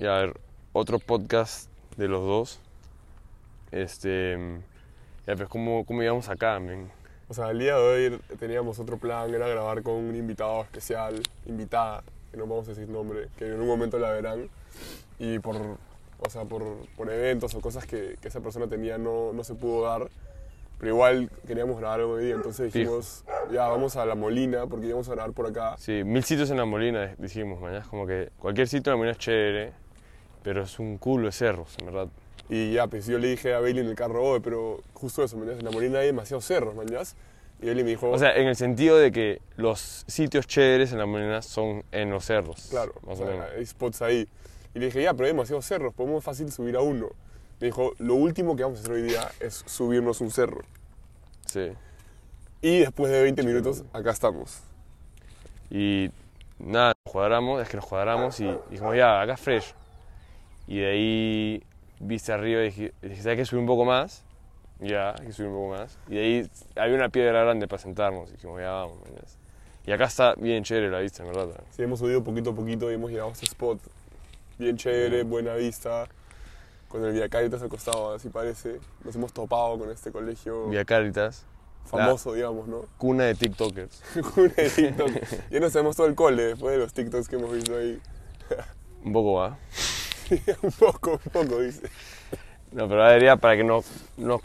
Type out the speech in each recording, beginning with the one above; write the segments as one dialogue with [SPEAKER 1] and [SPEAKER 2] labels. [SPEAKER 1] Y a ver, otro podcast de los dos. Este. Ya, pues, ¿cómo, cómo llegamos acá, men?
[SPEAKER 2] O sea, el día de hoy teníamos otro plan, era grabar con un invitado especial, invitada, que no vamos a decir nombre, que en un momento la verán. Y por, o sea, por, por eventos o cosas que, que esa persona tenía no, no se pudo dar. Pero igual queríamos grabar algo hoy día, entonces
[SPEAKER 1] Fijo.
[SPEAKER 2] dijimos, ya vamos a La Molina, porque íbamos a grabar por acá.
[SPEAKER 1] Sí, mil sitios en la Molina, eh, dijimos, mañana. Es como que cualquier sitio en la Molina es chévere, pero es un culo de cerros, en verdad.
[SPEAKER 2] Y ya, pues yo le dije a Bailey en el carro, "Oye, pero justo eso, mañana en La Molina hay demasiados cerros, mañas. Y Bailey me dijo,
[SPEAKER 1] O sea, en el sentido de que los sitios chéveres en la Molina son en los cerros.
[SPEAKER 2] Claro,
[SPEAKER 1] Más
[SPEAKER 2] o
[SPEAKER 1] o
[SPEAKER 2] sea,
[SPEAKER 1] menos.
[SPEAKER 2] hay spots ahí. Y le dije, ya, pero hay demasiados cerros, podemos fácil subir a uno. Me dijo, lo último que vamos a hacer hoy día es subirnos un cerro.
[SPEAKER 1] Sí.
[SPEAKER 2] Y después de 20 minutos, acá estamos.
[SPEAKER 1] Y nada, nos cuadramos, es que nos cuadramos y dijimos, ya, acá es fresh. Y de ahí viste arriba y dije, dije, hay que subir un poco más. Ya, hay que subir un poco más. Y de ahí había una piedra grande para sentarnos. Y dijimos, ya vamos. mañas". Y acá está bien chévere la vista, en verdad.
[SPEAKER 2] Sí, hemos subido poquito a poquito y hemos llegado a este spot. Bien chévere, buena vista. Con el Via Caritas al costado, así parece. Nos hemos topado con este colegio
[SPEAKER 1] Vía Caritas,
[SPEAKER 2] famoso, digamos, ¿no?
[SPEAKER 1] cuna de TikTokers.
[SPEAKER 2] Una de TikTok. ya nos sabemos todo el cole después de los TikToks que hemos visto ahí.
[SPEAKER 1] Un poco va.
[SPEAKER 2] un poco, un poco, dice.
[SPEAKER 1] No, pero debería para que no, no...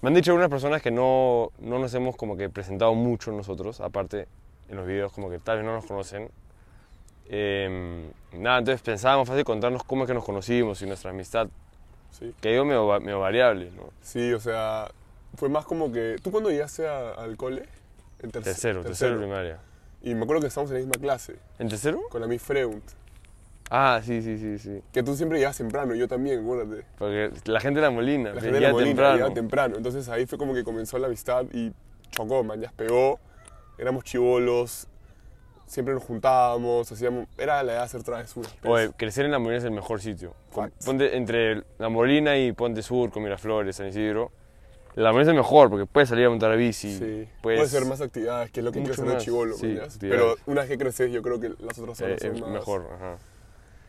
[SPEAKER 1] Me han dicho algunas personas que no, no nos hemos como que presentado mucho nosotros, aparte en los videos como que tal vez no nos conocen. Em, nada, entonces pensábamos fácil contarnos cómo es que nos conocimos y nuestra amistad,
[SPEAKER 2] Sí.
[SPEAKER 1] que digo medio, va- medio variable, ¿no?
[SPEAKER 2] Sí, o sea, fue más como que... ¿Tú cuándo llegaste a- al cole? En terce-
[SPEAKER 1] Tercero, tercero de primaria.
[SPEAKER 2] Y me acuerdo que estábamos en la misma clase,
[SPEAKER 1] ¿En tercero?
[SPEAKER 2] con la Miss Freunt.
[SPEAKER 1] Ah, sí, sí, sí, sí.
[SPEAKER 2] Que tú siempre llegas temprano, yo también, acuérdate.
[SPEAKER 1] Porque la gente de la Molina,
[SPEAKER 2] La
[SPEAKER 1] la
[SPEAKER 2] gente de la Molina
[SPEAKER 1] temprano.
[SPEAKER 2] llegaba temprano. Entonces ahí fue como que comenzó la amistad y chocó, man, ya pegó. Éramos chivolos, siempre nos juntábamos, hacíamos... Era la edad de hacer travesuras. pues.
[SPEAKER 1] Oye, crecer en La Molina es el mejor sitio. Con-
[SPEAKER 2] Facts.
[SPEAKER 1] Ponte entre La Molina y Ponte Sur, con Miraflores, San Isidro. La Molina es el mejor porque puedes salir a montar a bici.
[SPEAKER 2] Sí.
[SPEAKER 1] puedes-
[SPEAKER 2] Puede ser más actividades, que es lo que
[SPEAKER 1] pues, mucho
[SPEAKER 2] crece en el
[SPEAKER 1] más,
[SPEAKER 2] chivolo,
[SPEAKER 1] sí,
[SPEAKER 2] Pero
[SPEAKER 1] actividades.
[SPEAKER 2] una vez que creces, yo creo que las otras
[SPEAKER 1] eh,
[SPEAKER 2] horas
[SPEAKER 1] eh,
[SPEAKER 2] son más...
[SPEAKER 1] mejor, ajá.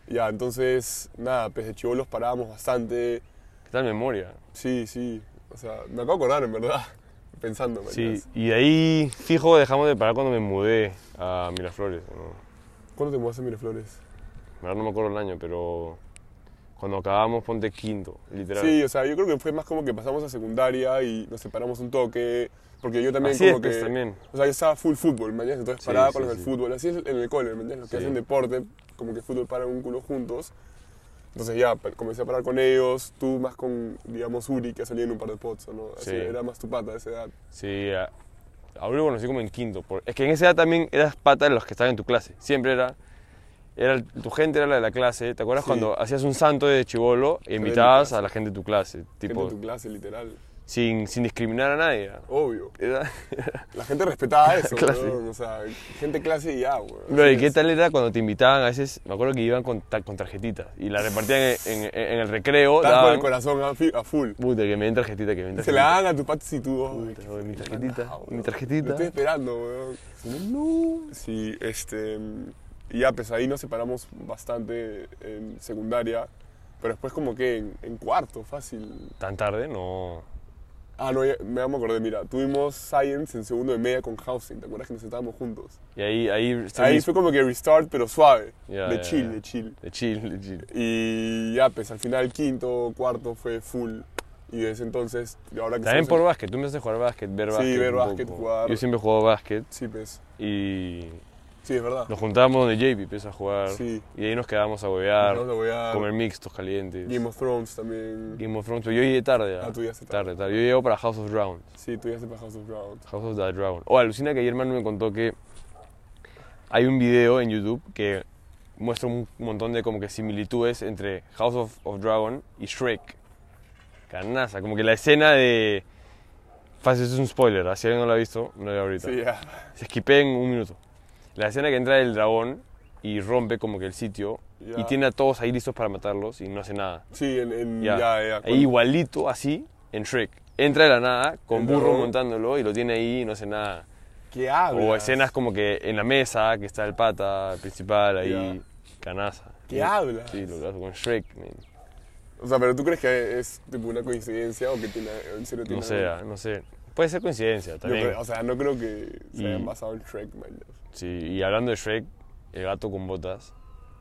[SPEAKER 2] Ya, entonces, nada, pues de chivolos parábamos bastante.
[SPEAKER 1] ¿Qué tal memoria?
[SPEAKER 2] Sí, sí. O sea, me acabo de acordar, en verdad. Pensando, ¿me
[SPEAKER 1] Sí,
[SPEAKER 2] entiendes?
[SPEAKER 1] y de ahí, fijo, dejamos de parar cuando me mudé a Miraflores. ¿no? En
[SPEAKER 2] ¿Cuándo te mudaste a Miraflores?
[SPEAKER 1] verdad no me acuerdo el año, pero cuando acabamos Ponte Quinto, literal.
[SPEAKER 2] Sí, o sea, yo creo que fue más como que pasamos a secundaria y nos separamos un toque. Porque yo también
[SPEAKER 1] Así es,
[SPEAKER 2] como
[SPEAKER 1] pues,
[SPEAKER 2] que...
[SPEAKER 1] también.
[SPEAKER 2] O sea, yo estaba full fútbol, ¿me entiendes? Entonces
[SPEAKER 1] Sí,
[SPEAKER 2] paraba
[SPEAKER 1] sí,
[SPEAKER 2] con los del
[SPEAKER 1] sí.
[SPEAKER 2] fútbol. Así es en el cole, ¿me entiendes? Los que
[SPEAKER 1] Sí.
[SPEAKER 2] hacen deporte, como que fútbol paran un culo juntos. Entonces ya, pa- comencé a parar con ellos. Tú más con, digamos, Uri, que ha salido en un par de pots, ¿no? Así
[SPEAKER 1] Sí.
[SPEAKER 2] era más tu pata a esa edad.
[SPEAKER 1] Sí, a, a Uri lo conocí como en quinto. por- es que en esa edad también eras pata de los que estaban en tu clase. Siempre era. era el- tu gente era la de la clase. ¿Te acuerdas
[SPEAKER 2] Sí.
[SPEAKER 1] cuando hacías un santo de chivolo e
[SPEAKER 2] mi
[SPEAKER 1] invitabas
[SPEAKER 2] clase.
[SPEAKER 1] a la gente de tu clase? Tipo,
[SPEAKER 2] Gente de tu clase, literal.
[SPEAKER 1] sin, sin discriminar a nadie. era-
[SPEAKER 2] Obvio.
[SPEAKER 1] era-
[SPEAKER 2] La gente respetaba eso,
[SPEAKER 1] Clase.
[SPEAKER 2] weón, O sea, gente clase y ya, weón.
[SPEAKER 1] No,
[SPEAKER 2] Así
[SPEAKER 1] ¿y qué
[SPEAKER 2] es.
[SPEAKER 1] tal era cuando te invitaban? A veces, me acuerdo que iban con, ta- con tarjetitas y la repartían en, en- en el recreo.
[SPEAKER 2] Estás con el
[SPEAKER 1] Daban,
[SPEAKER 2] corazón a, fi- a full.
[SPEAKER 1] Puta, que me den tarjetita, que me den
[SPEAKER 2] Se la
[SPEAKER 1] tarjetita.
[SPEAKER 2] dan a tu patas y tú. ay,
[SPEAKER 1] Puta,
[SPEAKER 2] qué
[SPEAKER 1] mi
[SPEAKER 2] feo,
[SPEAKER 1] tarjetita,
[SPEAKER 2] relajado,
[SPEAKER 1] mi
[SPEAKER 2] weón.
[SPEAKER 1] tarjetita.
[SPEAKER 2] Lo estoy esperando, weón.
[SPEAKER 1] No.
[SPEAKER 2] Sí, este. Y ya, pues ahí nos separamos bastante en secundaria. Pero después, como que en, en cuarto, fácil.
[SPEAKER 1] ¿Tan tarde? No.
[SPEAKER 2] Ah, no, ya, ya me acordé, mira, tuvimos Science en segundo de media con Housing, ¿te acuerdas que nos sentábamos juntos?
[SPEAKER 1] Y ahí... Ahí,
[SPEAKER 2] Ahí fue como que restart, pero suave,
[SPEAKER 1] Ya,
[SPEAKER 2] de
[SPEAKER 1] ya,
[SPEAKER 2] chill,
[SPEAKER 1] ya.
[SPEAKER 2] de chill.
[SPEAKER 1] De chill, de chill.
[SPEAKER 2] Y ya, pues al final quinto, cuarto fue full. Y desde entonces, y ahora que
[SPEAKER 1] También
[SPEAKER 2] estamos
[SPEAKER 1] por
[SPEAKER 2] en-
[SPEAKER 1] básquet, tú me haces jugar básquet, ver
[SPEAKER 2] Sí,
[SPEAKER 1] básquet.
[SPEAKER 2] ver
[SPEAKER 1] un
[SPEAKER 2] básquet,
[SPEAKER 1] poco.
[SPEAKER 2] jugar.
[SPEAKER 1] Yo siempre he jugado básquet
[SPEAKER 2] Sí, pues.
[SPEAKER 1] y
[SPEAKER 2] Sí, es verdad.
[SPEAKER 1] nos juntábamos donde JP empieza a jugar.
[SPEAKER 2] Sí.
[SPEAKER 1] Y ahí nos quedábamos a huevear,
[SPEAKER 2] No, lo voy a...
[SPEAKER 1] comer mixtos calientes.
[SPEAKER 2] Game of Thrones también.
[SPEAKER 1] Game of Thrones, pero yo llegué tarde.
[SPEAKER 2] Ah, tú llegaste tarde.
[SPEAKER 1] tarde, tarde. Yo llego para House of Dragons.
[SPEAKER 2] Sí, tú ya para House of Ground.
[SPEAKER 1] House of the Dragon. O alucina que ayer Manu me contó que hay un video en YouTube que muestra un montón de como que similitudes entre House of, of Dragon y Shrek. Canaza, como que la escena de... Fácil, esto es un spoiler, ¿ah? si alguien no lo ha visto, no lo veo ahorita.
[SPEAKER 2] Sí, ya.
[SPEAKER 1] Se esquipé en un minuto. La escena que entra el dragón y rompe como que el sitio
[SPEAKER 2] Ya.
[SPEAKER 1] y tiene a todos ahí listos para matarlos y no hace nada.
[SPEAKER 2] Sí, en, en-
[SPEAKER 1] Ya. E
[SPEAKER 2] ya, ya.
[SPEAKER 1] Ahí igualito así en Shrek. Entra de la nada con
[SPEAKER 2] El
[SPEAKER 1] burro
[SPEAKER 2] dragón.
[SPEAKER 1] montándolo y lo tiene ahí y no hace nada.
[SPEAKER 2] ¿Qué hablas?
[SPEAKER 1] O escenas como que en la mesa, que está el pata principal ahí,
[SPEAKER 2] Ya.
[SPEAKER 1] canaza.
[SPEAKER 2] ¿Qué hablas?
[SPEAKER 1] Sí, lo grabo con Shrek, man.
[SPEAKER 2] O sea, pero ¿tú crees que es tipo una coincidencia o que tiene, en serio tiene
[SPEAKER 1] No sé,
[SPEAKER 2] algo?
[SPEAKER 1] ah, no sé. Puede ser coincidencia
[SPEAKER 2] Yo
[SPEAKER 1] también.
[SPEAKER 2] creo- o sea, no creo que se
[SPEAKER 1] Y-
[SPEAKER 2] hayan basado en Shrek, man.
[SPEAKER 1] Sí, y hablando de Shrek, el gato con botas.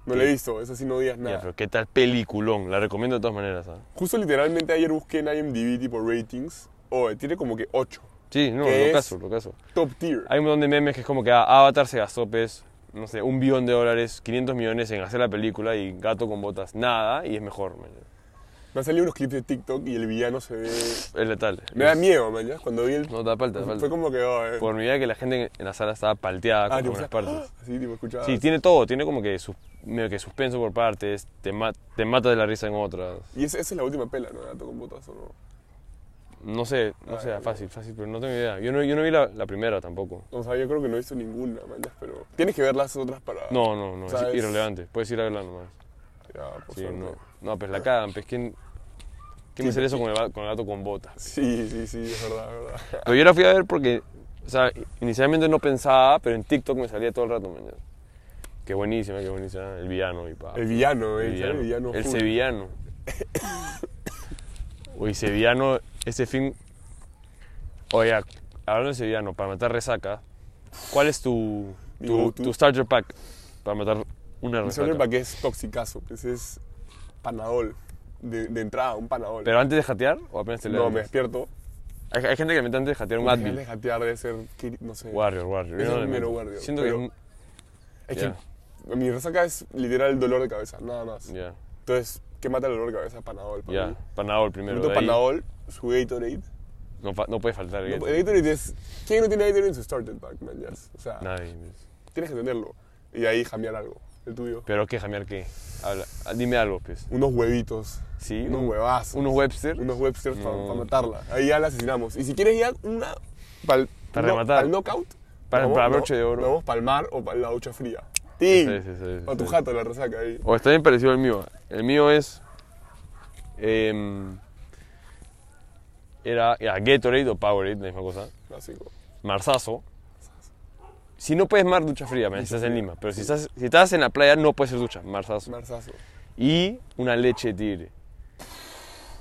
[SPEAKER 2] No lo he visto, eso sí no digas
[SPEAKER 1] Ya,
[SPEAKER 2] nada.
[SPEAKER 1] pero qué tal peliculón. La recomiendo de todas maneras, ¿ah?
[SPEAKER 2] Justo literalmente ayer busqué en IMDb tipo ratings. Oh, tiene como que 8.
[SPEAKER 1] Sí, no,
[SPEAKER 2] ¿Qué
[SPEAKER 1] lo
[SPEAKER 2] es?
[SPEAKER 1] caso, lo caso.
[SPEAKER 2] Top tier.
[SPEAKER 1] Hay un montón de memes que es como que ah, Avatar se gastó, pues, no sé, un billón de dólares, 500 millones en hacer la película y gato con botas, nada, y es mejor, man.
[SPEAKER 2] Me han salido unos clips de TikTok y el villano se ve...
[SPEAKER 1] Es letal.
[SPEAKER 2] Me da
[SPEAKER 1] Es-
[SPEAKER 2] miedo, man. ya, Cuando vi el...
[SPEAKER 1] No, da falta, da falta.
[SPEAKER 2] Fue como que... oh, eh.
[SPEAKER 1] Por mi vida que la gente en la sala estaba palteada con
[SPEAKER 2] Ah, tipo,
[SPEAKER 1] algunas
[SPEAKER 2] o sea,
[SPEAKER 1] partes.
[SPEAKER 2] ¡ah! Así, tipo, escuchaba.
[SPEAKER 1] Sí, tiene todo, tiene como que sus- medio que suspenso por partes, te, ma- te mata de la risa en otras.
[SPEAKER 2] Y es- esa es la última pela, ¿no? Gato con botas, ¿o no?
[SPEAKER 1] No sé, no
[SPEAKER 2] Ah,
[SPEAKER 1] sé,
[SPEAKER 2] ya.
[SPEAKER 1] fácil, fácil, pero no tengo idea. Yo no, yo no vi la, la primera tampoco.
[SPEAKER 2] O sea, yo creo que no he visto ninguna, man, ya, pero... Tienes que ver las otras para...
[SPEAKER 1] No, no, no,
[SPEAKER 2] O
[SPEAKER 1] es
[SPEAKER 2] sea, es-
[SPEAKER 1] irrelevante. Puedes ir a verla nomás.
[SPEAKER 2] Ya, por
[SPEAKER 1] Sí,
[SPEAKER 2] suerte.
[SPEAKER 1] no. No, pues la cagan, pues ¿quién, quién va a hacer eso con el, va- con el gato con botas?
[SPEAKER 2] Sí, sí, sí, es verdad, es verdad.
[SPEAKER 1] Pero yo la fui a ver porque, o sea, inicialmente no pensaba, pero en TikTok me salía todo el rato, mañana. Qué buenísima, qué buenísima. El villano y pa.
[SPEAKER 2] El villano, eh,
[SPEAKER 1] El
[SPEAKER 2] ¿sabes? El villano.
[SPEAKER 1] El
[SPEAKER 2] full.
[SPEAKER 1] sevillano. Uy, sevillano, ese fin. Oye, hablando de sevillano, para matar resaca, ¿cuál es tu,
[SPEAKER 2] Mi
[SPEAKER 1] tu,
[SPEAKER 2] go-to.
[SPEAKER 1] tu starter pack para matar una
[SPEAKER 2] El
[SPEAKER 1] resaca?
[SPEAKER 2] Soner para qué es toxicazo. Ese es panadol. De, de entrada, un panadol.
[SPEAKER 1] ¿Pero antes de jatear o apenas te
[SPEAKER 2] no, me
[SPEAKER 1] levantas?
[SPEAKER 2] despierto.
[SPEAKER 1] Hay, hay gente que mete antes de jatear un
[SPEAKER 2] Me dejan
[SPEAKER 1] Advil.
[SPEAKER 2] de jatear debe ser, que- no sé.
[SPEAKER 1] Warrior, Warrior.
[SPEAKER 2] Es
[SPEAKER 1] Yo no
[SPEAKER 2] el
[SPEAKER 1] le
[SPEAKER 2] primero
[SPEAKER 1] meto.
[SPEAKER 2] Warrior,
[SPEAKER 1] Siento
[SPEAKER 2] pero-
[SPEAKER 1] que es
[SPEAKER 2] Es
[SPEAKER 1] Ya.
[SPEAKER 2] que mi resaca es literal dolor de cabeza, nada más.
[SPEAKER 1] un... Ya,
[SPEAKER 2] Entonces, ¿qué mata el dolor de cabeza? Panadol. para mí.
[SPEAKER 1] ya. Panadol primero.
[SPEAKER 2] Fruto
[SPEAKER 1] de ahí
[SPEAKER 2] panadol, su Gatorade.
[SPEAKER 1] No, fa- no puede faltar el
[SPEAKER 2] No, pues,
[SPEAKER 1] Gatorade.
[SPEAKER 2] el Gatorade es. ¿Quién no tiene Gatorade en su starter pack, man? ya? O sea,
[SPEAKER 1] Nadie. pues.
[SPEAKER 2] tienes que tenerlo. Y ahí jamear algo. El tuyo.
[SPEAKER 1] ¿Pero qué, Jamear, qué? Habla- dime algo, pues.
[SPEAKER 2] Unos huevitos.
[SPEAKER 1] Sí,
[SPEAKER 2] Unos
[SPEAKER 1] un-
[SPEAKER 2] huevazos.
[SPEAKER 1] Unos Webster.
[SPEAKER 2] unos websters
[SPEAKER 1] No.
[SPEAKER 2] para matarla. Ahí ya la asesinamos. Y si quieres ya una para
[SPEAKER 1] Pa' rematar.
[SPEAKER 2] el knockout,
[SPEAKER 1] Para-
[SPEAKER 2] nos
[SPEAKER 1] para
[SPEAKER 2] vamos-
[SPEAKER 1] broche de oro.
[SPEAKER 2] nos Vamos para el mar o para la ducha fría. ¡Ting!
[SPEAKER 1] Sí, sí, sí, sí,
[SPEAKER 2] o Ah, tu
[SPEAKER 1] sí.
[SPEAKER 2] jato la resaca ahí.
[SPEAKER 1] O está bien parecido al mío. El mío es. em, era ya, Gatorade o Powerade, la misma cosa.
[SPEAKER 2] Así como.
[SPEAKER 1] Marzazo. Si no puedes mar, ducha fría, man, si estás en Lima. Pero si estás, si estás en la playa, no puedes ser ducha, marzazo.
[SPEAKER 2] Marzazo.
[SPEAKER 1] Y una leche de tigre.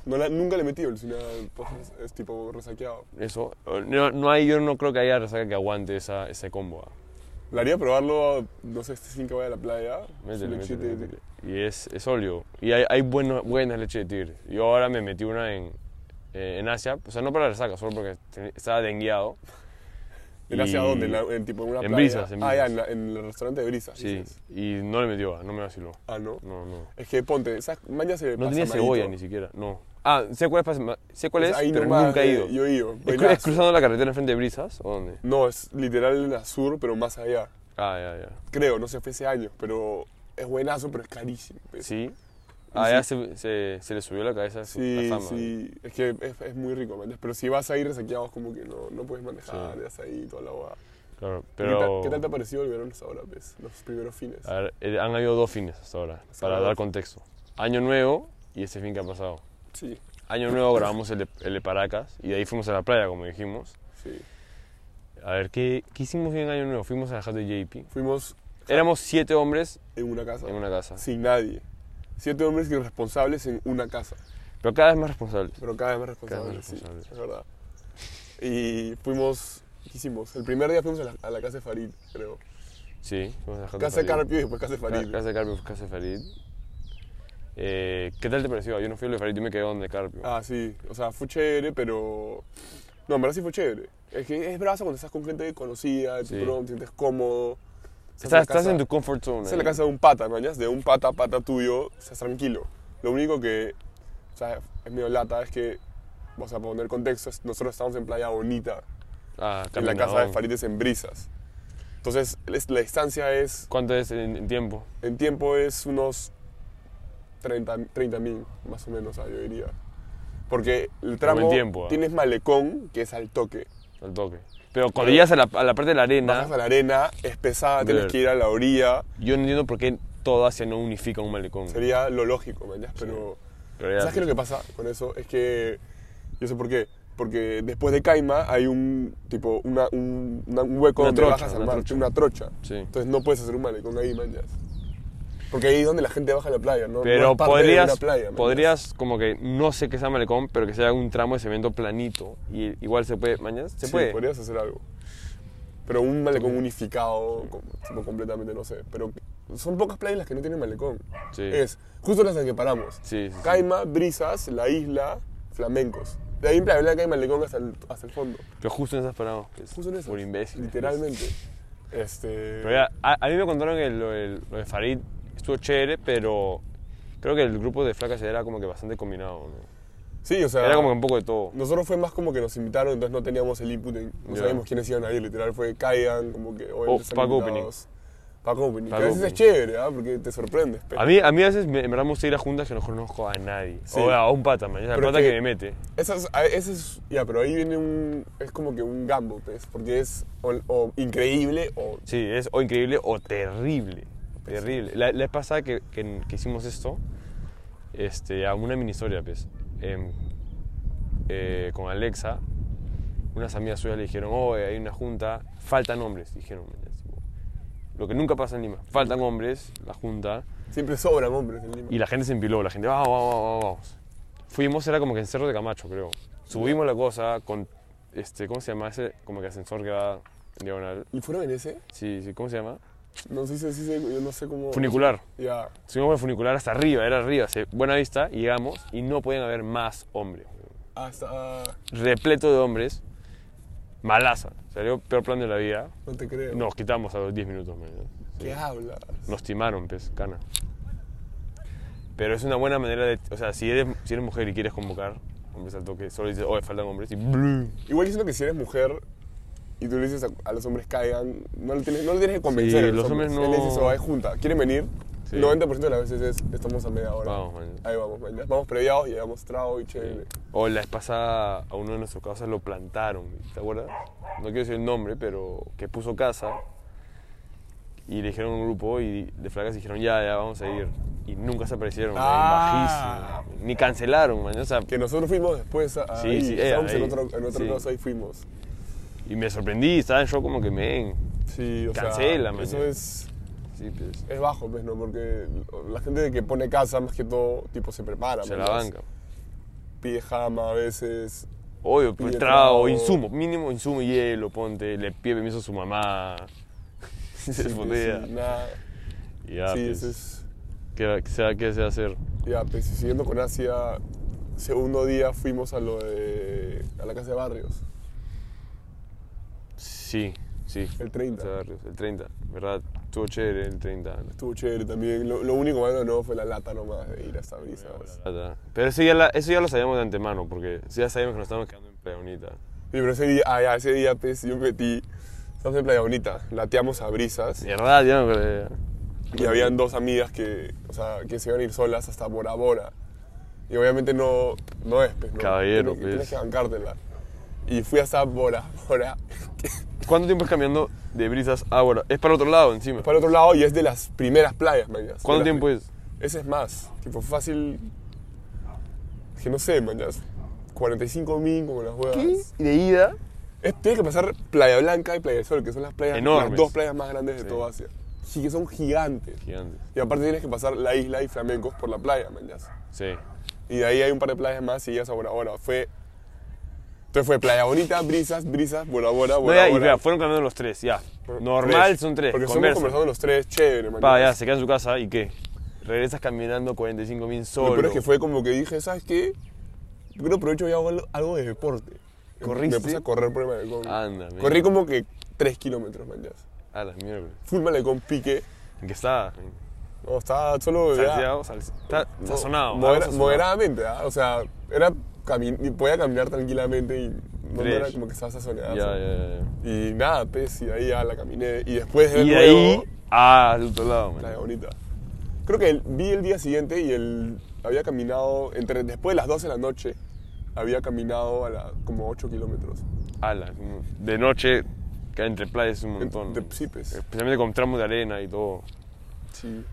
[SPEAKER 2] No la- nunca le he metido, alucina, pues, es, es tipo resaqueado.
[SPEAKER 1] Eso. No, no hay, yo no creo que haya resaca que aguante esa, ese combo. ah.
[SPEAKER 2] Le haría probarlo, no sé, este sin que vaya a la playa. su
[SPEAKER 1] Métele,
[SPEAKER 2] lechita
[SPEAKER 1] métele,
[SPEAKER 2] de-
[SPEAKER 1] métele. Y es, es óleo. Y hay, hay bueno- buenas leches de tigre. Yo ahora me metí una en, eh, en Asia. O sea, no para la resaca, solo porque ten- estaba dengueado.
[SPEAKER 2] ¿En
[SPEAKER 1] Y-
[SPEAKER 2] hacia dónde? En, la- en tipo una
[SPEAKER 1] en
[SPEAKER 2] playa.
[SPEAKER 1] Brisas, en
[SPEAKER 2] Ah, ya,
[SPEAKER 1] Brisas.
[SPEAKER 2] en, la- en el restaurante de brisas.
[SPEAKER 1] Sí.
[SPEAKER 2] dices.
[SPEAKER 1] Y no le metió, ah, no me vaciló.
[SPEAKER 2] Ah, no.
[SPEAKER 1] No, no.
[SPEAKER 2] Es que ponte, ¿sabes? Maña se
[SPEAKER 1] No tenía cebolla ni siquiera. No. Pues Ah, sé cuál es, pasama- sé cuál es
[SPEAKER 2] Ahí
[SPEAKER 1] pero
[SPEAKER 2] nomás,
[SPEAKER 1] nunca he
[SPEAKER 2] eh,
[SPEAKER 1] ido.
[SPEAKER 2] Yo he ido.
[SPEAKER 1] ¿Es, cru- es
[SPEAKER 2] buenazo.
[SPEAKER 1] cruzando la carretera enfrente de Brisas? ¿O dónde?
[SPEAKER 2] No, es literal en la sur, pero más allá.
[SPEAKER 1] Ah, ya, ya.
[SPEAKER 2] Creo, no sé, fue hace años, pero es buenazo, pero es carísimo. pues.
[SPEAKER 1] Sí. Ah, ya se, se, se le subió la cabeza su-
[SPEAKER 2] sí,
[SPEAKER 1] la fama.
[SPEAKER 2] sí. Es que es, es muy rico, ¿me entiendes? Pero si vas a ir resaqueados, como que no, no puedes manejar,
[SPEAKER 1] Sí.
[SPEAKER 2] ya está ahí toda la boda.
[SPEAKER 1] Claro,
[SPEAKER 2] ¿Qué,
[SPEAKER 1] pero...
[SPEAKER 2] tal, qué tal te ha parecido el verano hasta ahora, pues? Los primeros fines.
[SPEAKER 1] A ver, eh, han habido dos fines hasta ahora,
[SPEAKER 2] Hasta
[SPEAKER 1] para
[SPEAKER 2] ahora
[SPEAKER 1] dar
[SPEAKER 2] dos.
[SPEAKER 1] contexto. Año nuevo y ese fin que ha pasado.
[SPEAKER 2] Sí,
[SPEAKER 1] Año nuevo grabamos el de, el de Paracas y de ahí fuimos a la playa, como dijimos.
[SPEAKER 2] sí.
[SPEAKER 1] A ver, ¿qué, qué hicimos bien año nuevo? Fuimos a la casa de JP.
[SPEAKER 2] Fuimos
[SPEAKER 1] Éramos siete hombres
[SPEAKER 2] en una casa.
[SPEAKER 1] en una casa,
[SPEAKER 2] Sin nadie. Siete hombres irresponsables en una casa.
[SPEAKER 1] pero cada vez más responsables.
[SPEAKER 2] Pero cada vez más
[SPEAKER 1] Cada vez
[SPEAKER 2] responsables,
[SPEAKER 1] más
[SPEAKER 2] sí,
[SPEAKER 1] responsables.
[SPEAKER 2] es verdad. Y fuimos, ¿qué hicimos? El primer día fuimos a la, a la casa de Farid, creo.
[SPEAKER 1] Sí, fuimos a la casa,
[SPEAKER 2] Casa de
[SPEAKER 1] Farid. Ah,
[SPEAKER 2] Carpio y después casa de
[SPEAKER 1] Ca-
[SPEAKER 2] Farid.
[SPEAKER 1] Casa de Carpio, casa de Farid. Eh, ¿Qué tal te pareció? Yo no fui al de Farid, yo me quedé donde Carpio.
[SPEAKER 2] Ah, sí. O sea, fue chévere, pero... No, en verdad sí fue chévere. Es que es brazo cuando estás con gente conocida, de tu
[SPEAKER 1] Sí.
[SPEAKER 2] prom, te sientes cómodo. Estás en la
[SPEAKER 1] estás, estás
[SPEAKER 2] casa-
[SPEAKER 1] en tu comfort zone.
[SPEAKER 2] estás en la
[SPEAKER 1] ahí.
[SPEAKER 2] casa de un pata, mañas, de un pata, pata tuyo, estás tranquilo. Lo único que, o sea, es medio lata, es que, o sea, para poner contexto, es- nosotros estamos en Playa Bonita,
[SPEAKER 1] Ah,
[SPEAKER 2] en la casa de
[SPEAKER 1] Caminadón.
[SPEAKER 2] Farid es en Brisas. Entonces, es- la distancia es
[SPEAKER 1] ¿Cuánto es en, en tiempo?
[SPEAKER 2] En tiempo es unos 30 mil, más o menos, ah, yo diría. Porque el tramo
[SPEAKER 1] buen tiempo, ah.
[SPEAKER 2] tienes malecón, que es al toque.
[SPEAKER 1] Al toque. Pero
[SPEAKER 2] Pero-
[SPEAKER 1] cuando llegas a la, a la parte de la arena,
[SPEAKER 2] Bajas a la arena, es pesada, tienes
[SPEAKER 1] Ver.
[SPEAKER 2] que ir a la orilla.
[SPEAKER 1] yo no entiendo por qué todo Asia no unifica un malecón.
[SPEAKER 2] Sería lo lógico, ¿me entiendes? Pero,
[SPEAKER 1] Pero ya,
[SPEAKER 2] ¿sabes qué es lo que pasa con eso? Es que, yo sé por qué. Porque después de Caima hay un, tipo, una, un, una- un hueco
[SPEAKER 1] Una
[SPEAKER 2] donde
[SPEAKER 1] trocha,
[SPEAKER 2] bajas al
[SPEAKER 1] una
[SPEAKER 2] mar,
[SPEAKER 1] trocha.
[SPEAKER 2] una trocha.
[SPEAKER 1] Sí.
[SPEAKER 2] Entonces no puedes hacer un malecón ahí, man, ya. Porque ahí es donde la gente baja a la playa, ¿no?
[SPEAKER 1] Pero
[SPEAKER 2] No es parte de
[SPEAKER 1] podrías,
[SPEAKER 2] una playa, ¿me
[SPEAKER 1] podrías como que, no sé qué sea malecón, pero que sea un tramo de cemento planito. Y igual se puede, mañana se
[SPEAKER 2] Sí,
[SPEAKER 1] puede.
[SPEAKER 2] podrías hacer algo. Pero un malecón unificado, como- tipo, completamente, no sé. Pero son pocas playas las que no tienen malecón.
[SPEAKER 1] Sí.
[SPEAKER 2] Es justo las en que paramos.
[SPEAKER 1] Sí, sí, sí.
[SPEAKER 2] Caima, Brisas, La Isla, Flamencos. De ahí en Playa Blanca hay malecón hasta el, hasta el fondo.
[SPEAKER 1] Pero justo en esas paramos. pues,
[SPEAKER 2] Justo en eso.
[SPEAKER 1] Por imbécil.
[SPEAKER 2] Literalmente. Este...
[SPEAKER 1] Pero ya, a, a mí me contaron que lo, del- lo de Farid estuvo chévere, pero creo que el grupo de flacas era como que bastante combinado, ¿no?
[SPEAKER 2] Sí, o sea...
[SPEAKER 1] Era como que un poco de todo.
[SPEAKER 2] Nosotros fue más como que nos invitaron, entonces no teníamos el input, en- no
[SPEAKER 1] Ya.
[SPEAKER 2] sabíamos quiénes iban a ir, literal fue caigan, como que
[SPEAKER 1] Oh,
[SPEAKER 2] obviamente están
[SPEAKER 1] Paco
[SPEAKER 2] invitados. Paco Opening.
[SPEAKER 1] Paco
[SPEAKER 2] que a veces
[SPEAKER 1] Opening.
[SPEAKER 2] es chévere, ¿ah? Porque te sorprendes. pe.
[SPEAKER 1] A mí, a mí a veces me, en verdad me gusta ir a juntas que no conozco a nadie.
[SPEAKER 2] Sí.
[SPEAKER 1] O a un pata, man. Es el
[SPEAKER 2] Pero
[SPEAKER 1] pata que...
[SPEAKER 2] que-
[SPEAKER 1] me mete.
[SPEAKER 2] Esas, a- ese es, ya, pero ahí viene un, es como que un gambo, pues, porque es o, o increíble o...
[SPEAKER 1] Sí, es o increíble o terrible. Terrible. La, la vez pasada que, que- que hicimos esto, este, a una mini historia, pues, em, eh, con Alexa, unas amigas suyas le dijeron, oh, hay una junta, faltan hombres, dijeron. ¿me entiendes? Tipo, Lo que nunca pasa en Lima, faltan hombres, la junta,
[SPEAKER 2] Siempre sobran hombres en Lima.
[SPEAKER 1] y la gente se empiló, la gente, vamos, vamos, vamos, vamos". Fuimos, era como que en Cerro de Camacho, creo. Subimos la cosa con, este, ¿cómo se llama ese? Como que ascensor que va en diagonal.
[SPEAKER 2] ¿Y fueron en ese?
[SPEAKER 1] Sí, sí, ¿cómo se llama?
[SPEAKER 2] No sé si, si- si- yo no sé cómo...
[SPEAKER 1] Funicular.
[SPEAKER 2] Ya,
[SPEAKER 1] Subimos por el funicular hasta arriba, era arriba, se- buena vista, y llegamos y no podían haber más hombres.
[SPEAKER 2] hasta... ah,
[SPEAKER 1] Repleto de hombres, malaza. Salió peor plan de la vida.
[SPEAKER 2] No te creo.
[SPEAKER 1] Nos quitamos a los 10 minutos. man.
[SPEAKER 2] ¿Qué hablas?
[SPEAKER 1] Nos timaron, pues, cana. Pero es una buena manera de. O sea, si eres, si eres mujer y quieres convocar hombres al toque, solo dices, oh, faltan hombres, y blum.
[SPEAKER 2] Igual diciendo que si eres mujer y tú le dices a, a los hombres caigan, no le tienes, no le tienes que
[SPEAKER 1] Sí,
[SPEAKER 2] convencer. a
[SPEAKER 1] los hombres no-
[SPEAKER 2] Le dices, oh, es junta, ¿quieren venir?
[SPEAKER 1] Sí.
[SPEAKER 2] El 90% de las veces es, estamos a media hora.
[SPEAKER 1] Vamos, man.
[SPEAKER 2] Ahí vamos, man. Vamos previados y llevamos trago y chévere.
[SPEAKER 1] O la vez pasada a uno de nuestros casas lo plantaron, ¿te acuerdas? No quiero decir el nombre, pero que puso casa y le dijeron a un grupo y de flacas dijeron ya, ya vamos a ir. Y nunca se aparecieron, man,
[SPEAKER 2] Ah.
[SPEAKER 1] bajísimo. Ni cancelaron, man, o sea,
[SPEAKER 2] Que nosotros fuimos después a...
[SPEAKER 1] Sí,
[SPEAKER 2] ahí,
[SPEAKER 1] sí, eh,
[SPEAKER 2] estábamos
[SPEAKER 1] ahí.
[SPEAKER 2] en otro, en otro
[SPEAKER 1] Sí.
[SPEAKER 2] cosa y fuimos.
[SPEAKER 1] y me sorprendí, estaba en shock como que men.
[SPEAKER 2] Sí, o
[SPEAKER 1] Cancela, man.
[SPEAKER 2] sea, eso es,
[SPEAKER 1] Sí, pues,
[SPEAKER 2] es bajo, pues, ¿no? Porque la gente que pone casa, más que todo, tipo, se prepara.
[SPEAKER 1] se
[SPEAKER 2] man,
[SPEAKER 1] la
[SPEAKER 2] ¿no?
[SPEAKER 1] banca.
[SPEAKER 2] Pide jama a veces.
[SPEAKER 1] Obvio, pues
[SPEAKER 2] Pide
[SPEAKER 1] trago,
[SPEAKER 2] trago.
[SPEAKER 1] insumo, mínimo insumo, hielo, ponte, le pide permiso a su mamá. se
[SPEAKER 2] sí, pues,
[SPEAKER 1] fodea.
[SPEAKER 2] sí, nada.
[SPEAKER 1] Y ya,
[SPEAKER 2] sí,
[SPEAKER 1] pues,
[SPEAKER 2] eso es...
[SPEAKER 1] ¿qué, sea- qué se va a hacer?
[SPEAKER 2] Ya, pues y siguiendo con Asia, segundo día fuimos a lo de. a la casa de barrios,
[SPEAKER 1] Sí, sí.
[SPEAKER 2] el 30.
[SPEAKER 1] Casa de Barrios, El 30, ¿verdad? Estuvo chévere el 30.
[SPEAKER 2] Estuvo chévere también. Lo, lo único malo no fue la lata nomás de ir hasta brisas.
[SPEAKER 1] Pero eso ya, la- eso ya lo sabíamos de antemano, porque sí ya sabíamos que nos estábamos quedando en Playa Bonita.
[SPEAKER 2] Sí, pero ese día, ah, ya, ese día, pues, yo me metí. Estamos en Playa Bonita, lateamos a brisas.
[SPEAKER 1] ¿Verdad? Ya me acordé.
[SPEAKER 2] Y habían dos amigas que, o sea, que se iban a ir solas hasta Bora Bora. Y obviamente no, no es, pues, ¿no?
[SPEAKER 1] Caballero,
[SPEAKER 2] tienes, que-
[SPEAKER 1] pues.
[SPEAKER 2] tienes que bancártela. Y fui hasta Bora Bora.
[SPEAKER 1] ¿Cuánto tiempo es cambiando de brisas a Bora? Es para otro lado encima.
[SPEAKER 2] Para el otro lado y es de las primeras playas, mañas.
[SPEAKER 1] ¿Cuánto tiempo es?
[SPEAKER 2] Ese es más. Tipo, fácil. es Que no sé, mañas. 45 mil como las huevas.
[SPEAKER 1] ¿Y de ida?
[SPEAKER 2] Es- Tienes que pasar Playa Blanca y Playa del Sol, que son las playas
[SPEAKER 1] Enormes.
[SPEAKER 2] las dos playas más grandes de
[SPEAKER 1] Sí.
[SPEAKER 2] toda Asia. Sí, que son gigantes.
[SPEAKER 1] Gigantes.
[SPEAKER 2] Y aparte tienes que pasar la isla y flamencos por la playa, mañas.
[SPEAKER 1] Sí.
[SPEAKER 2] Y de ahí hay un par de playas más y ya es a Bora Bora. Fue. Entonces fue Playa Bonita, Brisas, Brisas, Bora Bora,
[SPEAKER 1] No,
[SPEAKER 2] Bora
[SPEAKER 1] ya, y
[SPEAKER 2] Bora.
[SPEAKER 1] vea, fueron cambiando los tres, ya. Normal son tres.
[SPEAKER 2] Porque estamos
[SPEAKER 1] conversan.
[SPEAKER 2] conversando los tres, chévere, mañas.
[SPEAKER 1] Pa, ya, se queda en su casa y qué. Regresas caminando 45 mil solo.
[SPEAKER 2] Lo peor es que fue como que dije, ¿sabes qué? Yo creo que aprovecho y hago algo- algo de deporte.
[SPEAKER 1] ¿Corriste?
[SPEAKER 2] Me puse a correr por el malecón.
[SPEAKER 1] Anda, mira.
[SPEAKER 2] Corrí como que 3 kilómetros, man, ya.
[SPEAKER 1] A las mierdas.
[SPEAKER 2] Full malecón, pique.
[SPEAKER 1] ¿En qué estaba?
[SPEAKER 2] No, estaba solo... ya,
[SPEAKER 1] Salseado, salse- Está
[SPEAKER 2] mo-
[SPEAKER 1] sazonado.
[SPEAKER 2] moder-
[SPEAKER 1] algo sazonado.
[SPEAKER 2] moderadamente, ¿ah? O sea, era cami- y podía caminar tranquilamente y no, no era
[SPEAKER 1] Fresh.
[SPEAKER 2] como que estaba sazonado.
[SPEAKER 1] Ya, ya, ya,
[SPEAKER 2] Eh,
[SPEAKER 1] ya.
[SPEAKER 2] Y nada, pues, y de ahí ya la caminé. Y después de
[SPEAKER 1] Y de ahí
[SPEAKER 2] nuevo,
[SPEAKER 1] al otro lado, man.
[SPEAKER 2] Playa Bonita. Creo que el- vi el día siguiente y el, había caminado, entre, después de las 12 de la noche, había caminado a la- como 8 kilómetros.
[SPEAKER 1] Ala, como de noche, que entre playas es un montón. Eh.
[SPEAKER 2] de- sí, pues.
[SPEAKER 1] Especialmente con tramos de arena y todo.
[SPEAKER 2] Sí.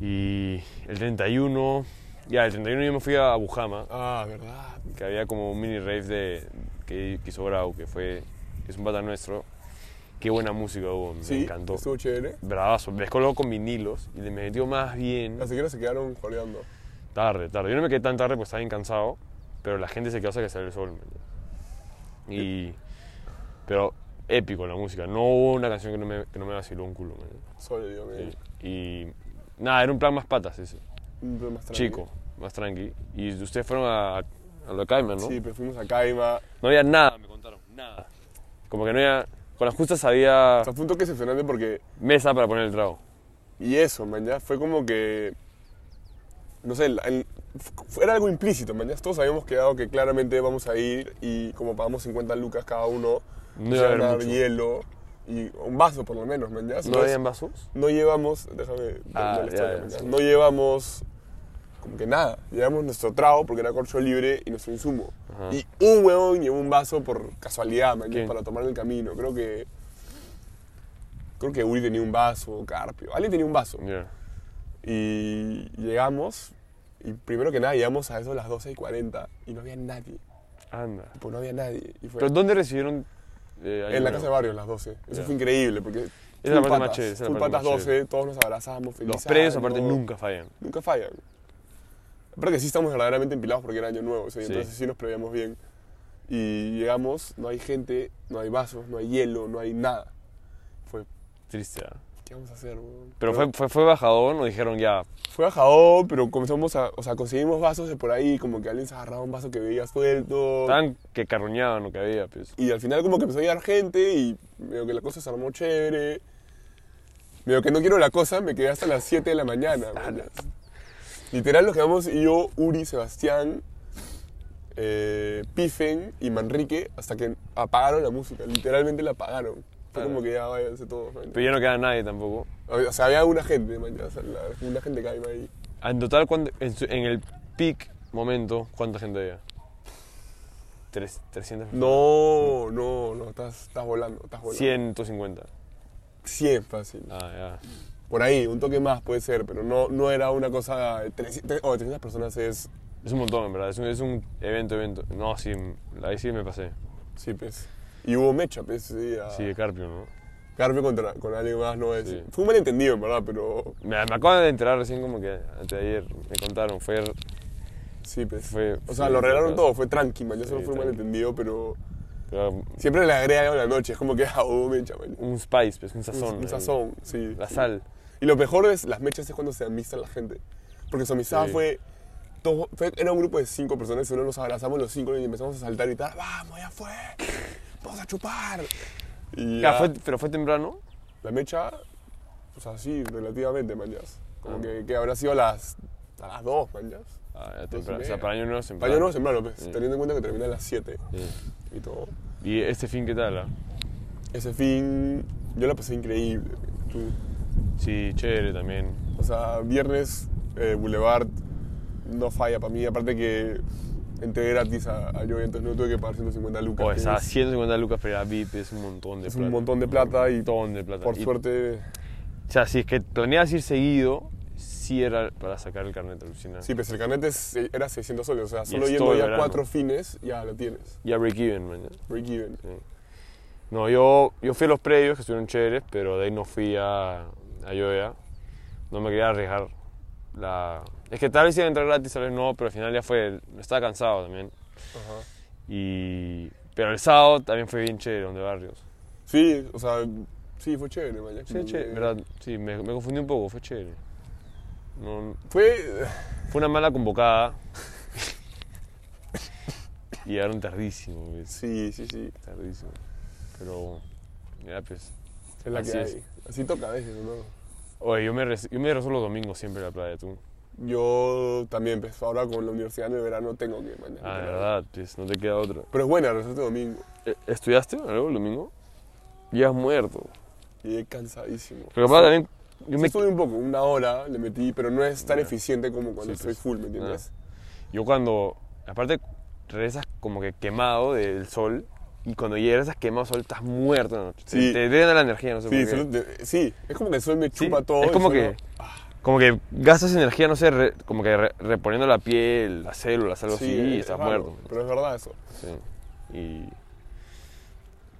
[SPEAKER 1] Y el 31, ya, el 31 yo me fui a Bujama,
[SPEAKER 2] Ah, verdad.
[SPEAKER 1] que había como un mini rave de, que, que hizo Grau, que fue, que es un pata nuestro. Qué buena música hubo, me
[SPEAKER 2] Sí,
[SPEAKER 1] encantó.
[SPEAKER 2] estuvo chévere.
[SPEAKER 1] Bravazo, me descolgó con vinilos y le metió más bien.
[SPEAKER 2] Las siquiera se quedaron coleando.
[SPEAKER 1] Tarde, tarde. Yo no me quedé tan tarde porque estaba bien cansado, pero la gente se quedó hasta que salió el sol. man. Y, pero épico la música. No hubo una canción que no me, que no me vaciló un culo. man.
[SPEAKER 2] Sólido, me-
[SPEAKER 1] Y nada, era un plan más patas ese.
[SPEAKER 2] un plan más tranqui.
[SPEAKER 1] Chico, más tranqui. Y ustedes fueron a, a lo de Cayman, ¿no?
[SPEAKER 2] Sí, pero fuimos a Caima.
[SPEAKER 1] No había nada, me contaron, nada. Como que no había... Con las justas había
[SPEAKER 2] O sea, fue un toque decepcionante porque.
[SPEAKER 1] mesa para poner el trago.
[SPEAKER 2] Y eso, man, ya fue como que. No sé, el- el- fue- era algo implícito, man. Ya todos habíamos quedado que claramente vamos a ir y como pagamos 50 lucas cada uno,
[SPEAKER 1] No iba a
[SPEAKER 2] se
[SPEAKER 1] haber
[SPEAKER 2] van a dar
[SPEAKER 1] mucho.
[SPEAKER 2] hielo y un vaso por lo menos, man. Ya. Si
[SPEAKER 1] ¿No
[SPEAKER 2] es-
[SPEAKER 1] habían vasos?
[SPEAKER 2] no llevamos, déjame terminar
[SPEAKER 1] Ah,
[SPEAKER 2] la
[SPEAKER 1] ya,
[SPEAKER 2] historia,
[SPEAKER 1] ya,
[SPEAKER 2] man, ya.
[SPEAKER 1] sí.
[SPEAKER 2] no llevamos como que nada, llevamos nuestro trago porque era corcho libre y nuestro insumo.
[SPEAKER 1] Ajá.
[SPEAKER 2] Y un huevón llevó un vaso por casualidad, man, ya,
[SPEAKER 1] ¿Quién?
[SPEAKER 2] para tomar en el camino. Creo que creo que Uri tenía un vaso, Carpio, alguien tenía un vaso.
[SPEAKER 1] Ya.
[SPEAKER 2] Y llegamos y primero que nada llegamos a eso a las 12 y 40 y no había nadie,
[SPEAKER 1] Anda.
[SPEAKER 2] pues no había nadie. Y fue
[SPEAKER 1] ¿Pero dónde recibieron...? eh,
[SPEAKER 2] en la
[SPEAKER 1] ayuda?
[SPEAKER 2] casa de barrio a las 12. Eso
[SPEAKER 1] Ya.
[SPEAKER 2] fue increíble porque
[SPEAKER 1] Esa es la
[SPEAKER 2] full
[SPEAKER 1] parte más
[SPEAKER 2] patas,
[SPEAKER 1] chévere, esa es la
[SPEAKER 2] full
[SPEAKER 1] parte
[SPEAKER 2] patas
[SPEAKER 1] más chévere.
[SPEAKER 2] 12, todos nos abrazamos,
[SPEAKER 1] Los
[SPEAKER 2] feliz
[SPEAKER 1] previos aparte
[SPEAKER 2] año.
[SPEAKER 1] nunca fallan.
[SPEAKER 2] Nunca fallan. Aparte que sí estamos verdaderamente empilados porque era año nuevo, o sea,
[SPEAKER 1] Sí.
[SPEAKER 2] entonces sí nos preveíamos bien. Y llegamos, no hay gente, no hay vasos, no hay hielo, no hay nada. Fue,
[SPEAKER 1] Triste, ¿ah?
[SPEAKER 2] ¿qué vamos a hacer? weón?
[SPEAKER 1] Pero fue, fue, fue bajador, nos dijeron ya...
[SPEAKER 2] fue bajado, pero comenzamos a, o sea, conseguimos vasos de por ahí, como que alguien se agarraba un vaso que veía suelto.
[SPEAKER 1] Estaban que carroñaban lo que había, pues.
[SPEAKER 2] Y al final como que empezó a llegar gente y medio que la cosa se armó chévere. Medio que no quiero la cosa, me quedé hasta las 7 de la mañana. man. Literal nos quedamos yo, Uri, Sebastián, eh, Pifen y Manrique hasta que apagaron la música. Literalmente la apagaron. Fue
[SPEAKER 1] Claro.
[SPEAKER 2] como que ya váyanse todos. man.
[SPEAKER 1] Pero ya no queda nadie tampoco.
[SPEAKER 2] O sea, había una gente, man, ya, o sea, la- una gente que había ahí.
[SPEAKER 1] En total, ¿cuándo- en, su- en el peak momento, ¿cuánta gente había? Tres- 300
[SPEAKER 2] No, no, no, estás, estás volando, estás volando.
[SPEAKER 1] 150.
[SPEAKER 2] 100 fácil.
[SPEAKER 1] Ah, ya.
[SPEAKER 2] Por ahí, un toque más puede ser, pero no, no era una cosa... de 300, o de 300 personas es...
[SPEAKER 1] Es un montón, en verdad. Es un, es un evento, evento. No, sí, ahí sí me pasé.
[SPEAKER 2] Sí, pues. Y hubo mecha, pues, ese día.
[SPEAKER 1] Sí, de Carpio, ¿no?
[SPEAKER 2] Garfield contra, con alguien más no es...
[SPEAKER 1] Sí.
[SPEAKER 2] Fue un malentendido, en verdad, pero...
[SPEAKER 1] Me, me acabo de enterar recién como que antes de ayer me contaron. Fue,
[SPEAKER 2] Sí, pues.
[SPEAKER 1] Fue-
[SPEAKER 2] o sea,
[SPEAKER 1] fue
[SPEAKER 2] lo arreglaron
[SPEAKER 1] un
[SPEAKER 2] todo, fue tranqui, man. Yo solo
[SPEAKER 1] Sí,
[SPEAKER 2] fue un
[SPEAKER 1] tranqui.
[SPEAKER 2] malentendido, pero...
[SPEAKER 1] pero,
[SPEAKER 2] Siempre le agrega algo en la noche, es como que ah, hubo mecha, man. Un-
[SPEAKER 1] un spice, pues, un sazón.
[SPEAKER 2] Un,
[SPEAKER 1] ahí.
[SPEAKER 2] sazón, sí.
[SPEAKER 1] La sal.
[SPEAKER 2] Y lo mejor es las mechas es cuando se amista la gente. Porque su amistad
[SPEAKER 1] Sí.
[SPEAKER 2] fue, todo- fue- Era un grupo de cinco personas y uno nos abrazamos los cinco y empezamos a saltar y tal. ¡Vamos, ya fue! ¡Vamos a chupar! Y
[SPEAKER 1] Ya,
[SPEAKER 2] ya,
[SPEAKER 1] Ah, fue- pero fue temprano.
[SPEAKER 2] la mecha, pues así, relativamente, manjas. Como
[SPEAKER 1] Ah.
[SPEAKER 2] que, que habrá sido a las, a las dos, manjas.
[SPEAKER 1] Ah, ya
[SPEAKER 2] Dos y
[SPEAKER 1] temprano. O sea,
[SPEAKER 2] media.
[SPEAKER 1] para año nuevo es
[SPEAKER 2] Para yo
[SPEAKER 1] temprano.
[SPEAKER 2] no sembrano, pues,
[SPEAKER 1] Sí.
[SPEAKER 2] teniendo en cuenta que termina a las 7
[SPEAKER 1] Sí.
[SPEAKER 2] y todo.
[SPEAKER 1] ¿Y este fin qué tal, ah?
[SPEAKER 2] Ese fin, yo la pasé increíble. Tú,
[SPEAKER 1] Sí, chévere también.
[SPEAKER 2] O sea, viernes, eh, Boulevard no falla para mí. Aparte que entré gratis a, a Joy, entonces no tuve que pagar 150 lucas.
[SPEAKER 1] O
[SPEAKER 2] que
[SPEAKER 1] Oh, esa
[SPEAKER 2] es,
[SPEAKER 1] 150 lucas para ir a VIP es un montón de
[SPEAKER 2] es
[SPEAKER 1] plata.
[SPEAKER 2] un montón de plata
[SPEAKER 1] Un
[SPEAKER 2] y
[SPEAKER 1] montón de plata.
[SPEAKER 2] por
[SPEAKER 1] Y-
[SPEAKER 2] suerte...
[SPEAKER 1] O sea, si es que planeas ir seguido, sí era para sacar el carnet de alucinar.
[SPEAKER 2] Sí, pues el carnet es- era 600 soles. O sea, solo
[SPEAKER 1] es
[SPEAKER 2] yendo
[SPEAKER 1] todo
[SPEAKER 2] ya
[SPEAKER 1] el verano.
[SPEAKER 2] cuatro fines, ya lo tienes.
[SPEAKER 1] Ya break even, man. ya.
[SPEAKER 2] Break even.
[SPEAKER 1] No, yo, yo fui a los previos que estuvieron chéveres, pero de ahí no fui a, a Yoya. No me quería arriesgar. La... Es que tal vez iba a entrar gratis, tal vez no, pero al final ya fue. Estaba cansado también.
[SPEAKER 2] Ajá.
[SPEAKER 1] Y... Pero el sábado también fue bien chévere, donde barrios.
[SPEAKER 2] Sí, o sea, sí, fue chévere, man. ya
[SPEAKER 1] Sí,
[SPEAKER 2] como
[SPEAKER 1] chévere.
[SPEAKER 2] que-
[SPEAKER 1] ¿Verdad? Sí, me, me confundí un poco, fue chévere. No,
[SPEAKER 2] Fue...
[SPEAKER 1] Fue una mala convocada. y llegaron tardísimo, pues,
[SPEAKER 2] Sí, sí, sí.
[SPEAKER 1] tardísimo. Pero, ya pues.
[SPEAKER 2] Es la
[SPEAKER 1] Así
[SPEAKER 2] que
[SPEAKER 1] es.
[SPEAKER 2] hay. Así toca a veces, ¿no?
[SPEAKER 1] Oye, yo me, res- yo me rezo los domingos siempre en la playa, tú.
[SPEAKER 2] Yo también, pues, ahora con la universidad en el verano tengo que... man,
[SPEAKER 1] Ah, de
[SPEAKER 2] ya, literal. E,
[SPEAKER 1] verdad, pues, no te queda otra.
[SPEAKER 2] Pero es buena, resulta domingo.
[SPEAKER 1] Eh, ¿Estudiaste algo el domingo? Ya has muerto.
[SPEAKER 2] Llegué cansadísimo.
[SPEAKER 1] Pero capaz también, yo
[SPEAKER 2] Yo
[SPEAKER 1] me
[SPEAKER 2] estuve un poco, una hora le metí, pero no es tan
[SPEAKER 1] Ya.
[SPEAKER 2] eficiente como cuando
[SPEAKER 1] Sí,
[SPEAKER 2] estoy
[SPEAKER 1] pues,
[SPEAKER 2] full, ¿me entiendes?
[SPEAKER 1] Yo cuando, aparte, regresas como que quemado del sol y cuando regresas quemado al sol estás muerto. ¿no? Te-
[SPEAKER 2] Sí.
[SPEAKER 1] Te, drena la energía, no sé
[SPEAKER 2] Sí,
[SPEAKER 1] por qué.
[SPEAKER 2] solo te- sí, es como que el sol me
[SPEAKER 1] Sí,
[SPEAKER 2] chupa todo.
[SPEAKER 1] es
[SPEAKER 2] y
[SPEAKER 1] como
[SPEAKER 2] solo-
[SPEAKER 1] que, como que gastas energía, no sé, re- como que re- reponiendo la piel, las células, algo así, y
[SPEAKER 2] es
[SPEAKER 1] estás
[SPEAKER 2] raro,
[SPEAKER 1] muerto.
[SPEAKER 2] Pero es verdad eso.
[SPEAKER 1] Sí. Y...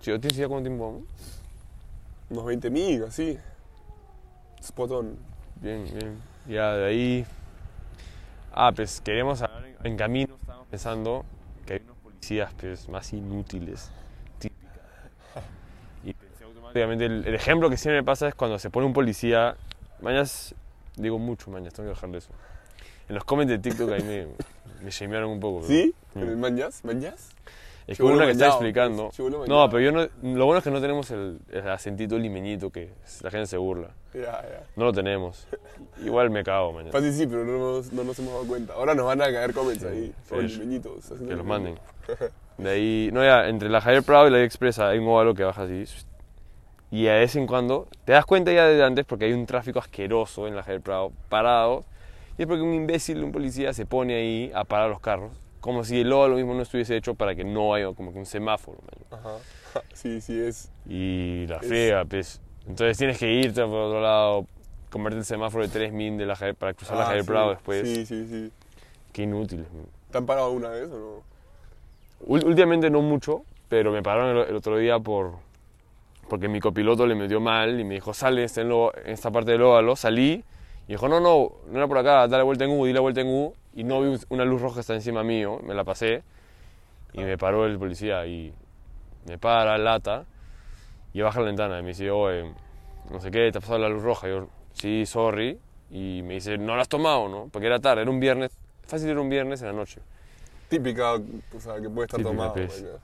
[SPEAKER 1] Sí, ¿Tienes idea cuánto tiempo vamos?
[SPEAKER 2] unos 20 mil, así. Spot on.
[SPEAKER 1] Bien, bien. Ya, de ahí. Ah, pues queremos hablar en, en camino. Estábamos pensando que hay unos policías pues, más inútiles. Típica. Y pensé automáticamente. El, el ejemplo que siempre me pasa es cuando se pone un policía. Mañas, digo mucho, mañas, tengo que dejar de eso. En los comments de TikTok ahí me, me shamearon un poco. pero-
[SPEAKER 2] ¿Sí?
[SPEAKER 1] Mm.
[SPEAKER 2] ¿El ¿Mañas? ¿Mañas?
[SPEAKER 1] Es que
[SPEAKER 2] Chibolo
[SPEAKER 1] una que está
[SPEAKER 2] bañado,
[SPEAKER 1] explicando.
[SPEAKER 2] pues, chibolo
[SPEAKER 1] No,
[SPEAKER 2] bañado.
[SPEAKER 1] pero yo no. Lo bueno es que no tenemos el, el acentito limeñito que la gente se burla.
[SPEAKER 2] Ya, ya.
[SPEAKER 1] No lo tenemos. Igual me cago, mañana.
[SPEAKER 2] Fácil sí, pero no nos, no nos hemos dado cuenta. Ahora nos van a caer comments
[SPEAKER 1] Sí,
[SPEAKER 2] ahí.
[SPEAKER 1] sí.
[SPEAKER 2] Con niñitos.
[SPEAKER 1] Que los manden. De ahí, no, ya, entre la Javier Prado y la Vía Expresa hay un óvalo que baja así. Y de vez en cuando, te das cuenta ya de antes porque hay un tráfico asqueroso en la Javier Prado, parado. Y es porque un imbécil, un policía, se pone ahí a parar los carros. Como si el óvalo mismo no estuviese hecho para que no haya como que un semáforo, man.
[SPEAKER 2] Ajá. Sí, sí, es.
[SPEAKER 1] Y la
[SPEAKER 2] Es-
[SPEAKER 1] friega, pues. Entonces tienes que irte por otro lado, comerte el semáforo de 3 min de la Javier- para cruzar la
[SPEAKER 2] Ah,
[SPEAKER 1] Javier
[SPEAKER 2] sí.
[SPEAKER 1] Prado después.
[SPEAKER 2] Sí, sí, sí.
[SPEAKER 1] Qué inútiles, man.
[SPEAKER 2] ¿Te han parado una vez o no?
[SPEAKER 1] Ul- Últimamente no mucho, pero me pararon el, el otro día por porque mi copiloto le metió mal y me dijo, sale está en, lo- en esta parte del óvalo, salí y dijo, no, no, no era por acá, dale vuelta en U, di la vuelta en U y no vi un- una luz roja que está encima mío, me la pasé y me paró el policía y me para, lata y baja la ventana y me dice, oye, no sé qué, te ha pasado la luz roja, yo, sí, sorry, y me dice, no la has tomado, ¿no? Porque era tarde, era un viernes, fácil era un viernes en la noche.
[SPEAKER 2] Típica, o sea, que puede estar
[SPEAKER 1] Típica,
[SPEAKER 2] tomada.
[SPEAKER 1] pues.
[SPEAKER 2] maña.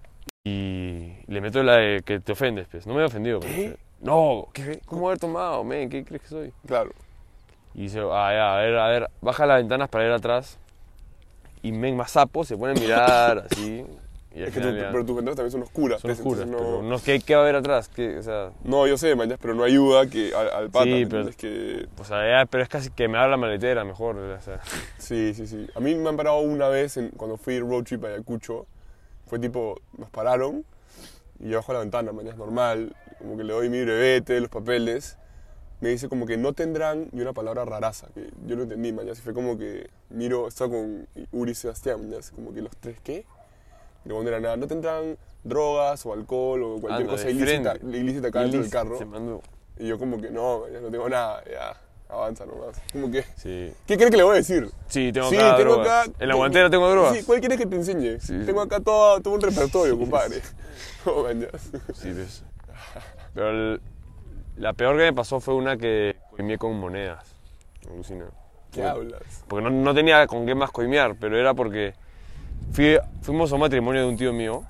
[SPEAKER 1] Y le meto la de que te ofendes, pues. No me he ofendido. pues.
[SPEAKER 2] ¿Qué?
[SPEAKER 1] No, ¿qué? ¿cómo haber tomado, men? ¿Qué crees que soy?
[SPEAKER 2] Claro.
[SPEAKER 1] Y dice, ah, ya, a ver, a ver, baja las ventanas para ir atrás. Y men, más sapo, se pone a mirar, así. Y al
[SPEAKER 2] Es que tu-
[SPEAKER 1] final ya
[SPEAKER 2] pero tus ventanas también son oscuras.
[SPEAKER 1] son
[SPEAKER 2] pues,
[SPEAKER 1] oscuras,
[SPEAKER 2] entonces
[SPEAKER 1] pero no, ¿qué, qué va a haber atrás? ¿Qué? o, sea,
[SPEAKER 2] No, yo sé, mañas, pero no ayuda que al, al pata.
[SPEAKER 1] Sí,
[SPEAKER 2] ¿me
[SPEAKER 1] pero-
[SPEAKER 2] entiendes? que...
[SPEAKER 1] o sea, ya, pero es casi que me abra la maletera mejor. O sea,
[SPEAKER 2] Sí, sí, sí. A mí me han parado una vez en- cuando fui road trip a Ayacucho. Fue tipo, nos pararon y yo bajo la ventana, mañana es normal. Como que le doy mi brevete, los papeles. Me dice como que no tendrán y una palabra raraza, que yo no entendí, mañana. Fue como que miro, estaba con Uri y Sebastián, mañana. Como que los tres, ¿qué? Y luego no era nada. No tendrán drogas o alcohol o cualquier
[SPEAKER 1] Anda,
[SPEAKER 2] cosa
[SPEAKER 1] de
[SPEAKER 2] ilícita,
[SPEAKER 1] frente.
[SPEAKER 2] ilícita acá dentro del
[SPEAKER 1] listo,
[SPEAKER 2] carro.
[SPEAKER 1] Se mandó.
[SPEAKER 2] Y yo como que no, mañana no tengo nada, ya, avanza nomás. Como que,
[SPEAKER 1] Sí.
[SPEAKER 2] ¿qué cree que le voy a decir?
[SPEAKER 1] Sí, tengo
[SPEAKER 2] Sí,
[SPEAKER 1] acá
[SPEAKER 2] tengo
[SPEAKER 1] drogas.
[SPEAKER 2] acá-
[SPEAKER 1] En la guantera tengo drogas.
[SPEAKER 2] Sí, ¿cuál quieres que te enseñe?
[SPEAKER 1] Sí.
[SPEAKER 2] Tengo acá todo, todo un repertorio, compadre. Oh, mañas.
[SPEAKER 1] Sí, ves. Pero el- la peor que me pasó fue una que coimié con monedas. Alucina.
[SPEAKER 2] ¿Qué hablas?
[SPEAKER 1] Porque no, no tenía con qué más coimear, pero era porque fui- fuimos a un matrimonio de un tío mío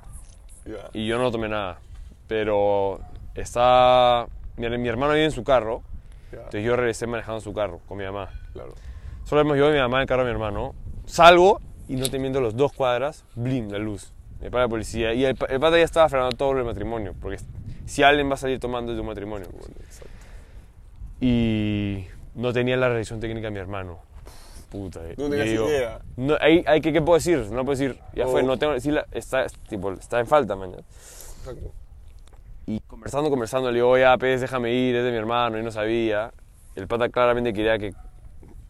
[SPEAKER 2] Ya.
[SPEAKER 1] y yo no tomé nada. Pero está. Mi, mi hermano vive en su carro,
[SPEAKER 2] ya,
[SPEAKER 1] entonces yo regresé manejando su carro con mi mamá.
[SPEAKER 2] Claro.
[SPEAKER 1] Solo hemos yo y mi mamá en el carro de mi hermano. Salgo y no te miento los dos cuadras, blim, la luz. Me para la policía. Y el, pa- el pata ya estaba frenando todo el matrimonio. Porque si alguien va a salir tomando es de un matrimonio.
[SPEAKER 2] Bueno, exacto.
[SPEAKER 1] Y no tenía la revisión técnica de mi hermano. Puta. eh.
[SPEAKER 2] No
[SPEAKER 1] Y
[SPEAKER 2] tenías
[SPEAKER 1] digo,
[SPEAKER 2] idea.
[SPEAKER 1] No, ahí, ahí, ¿qué, qué puedo decir? No puedo decir. Ya fue,
[SPEAKER 2] Oh.
[SPEAKER 1] no tengo. Sí, la- está, es- tipo, está en falta mañana.
[SPEAKER 2] Exacto.
[SPEAKER 1] Y conversando, conversando, le digo, ya, pues, déjame ir, es de mi hermano, y no sabía. El pata claramente quería que,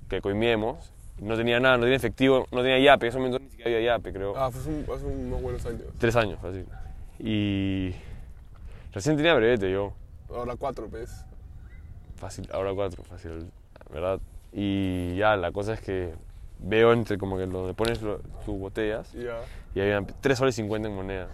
[SPEAKER 1] que coimiemos. No tenía nada, no tenía efectivo, no tenía yape, en ese momento ni siquiera había yape, creo.
[SPEAKER 2] Ah, fue hace, un- hace unos buenos años.
[SPEAKER 1] Tres años, fácil. Y recién tenía brevete yo,
[SPEAKER 2] Ahora cuatro, pues. ¿ves?
[SPEAKER 1] fácil, ahora cuatro, fácil, ¿verdad? Y ya, la cosa es que veo entre como que donde pones lo- tus botellas
[SPEAKER 2] Ya.
[SPEAKER 1] y habían 3 soles 50 en monedas.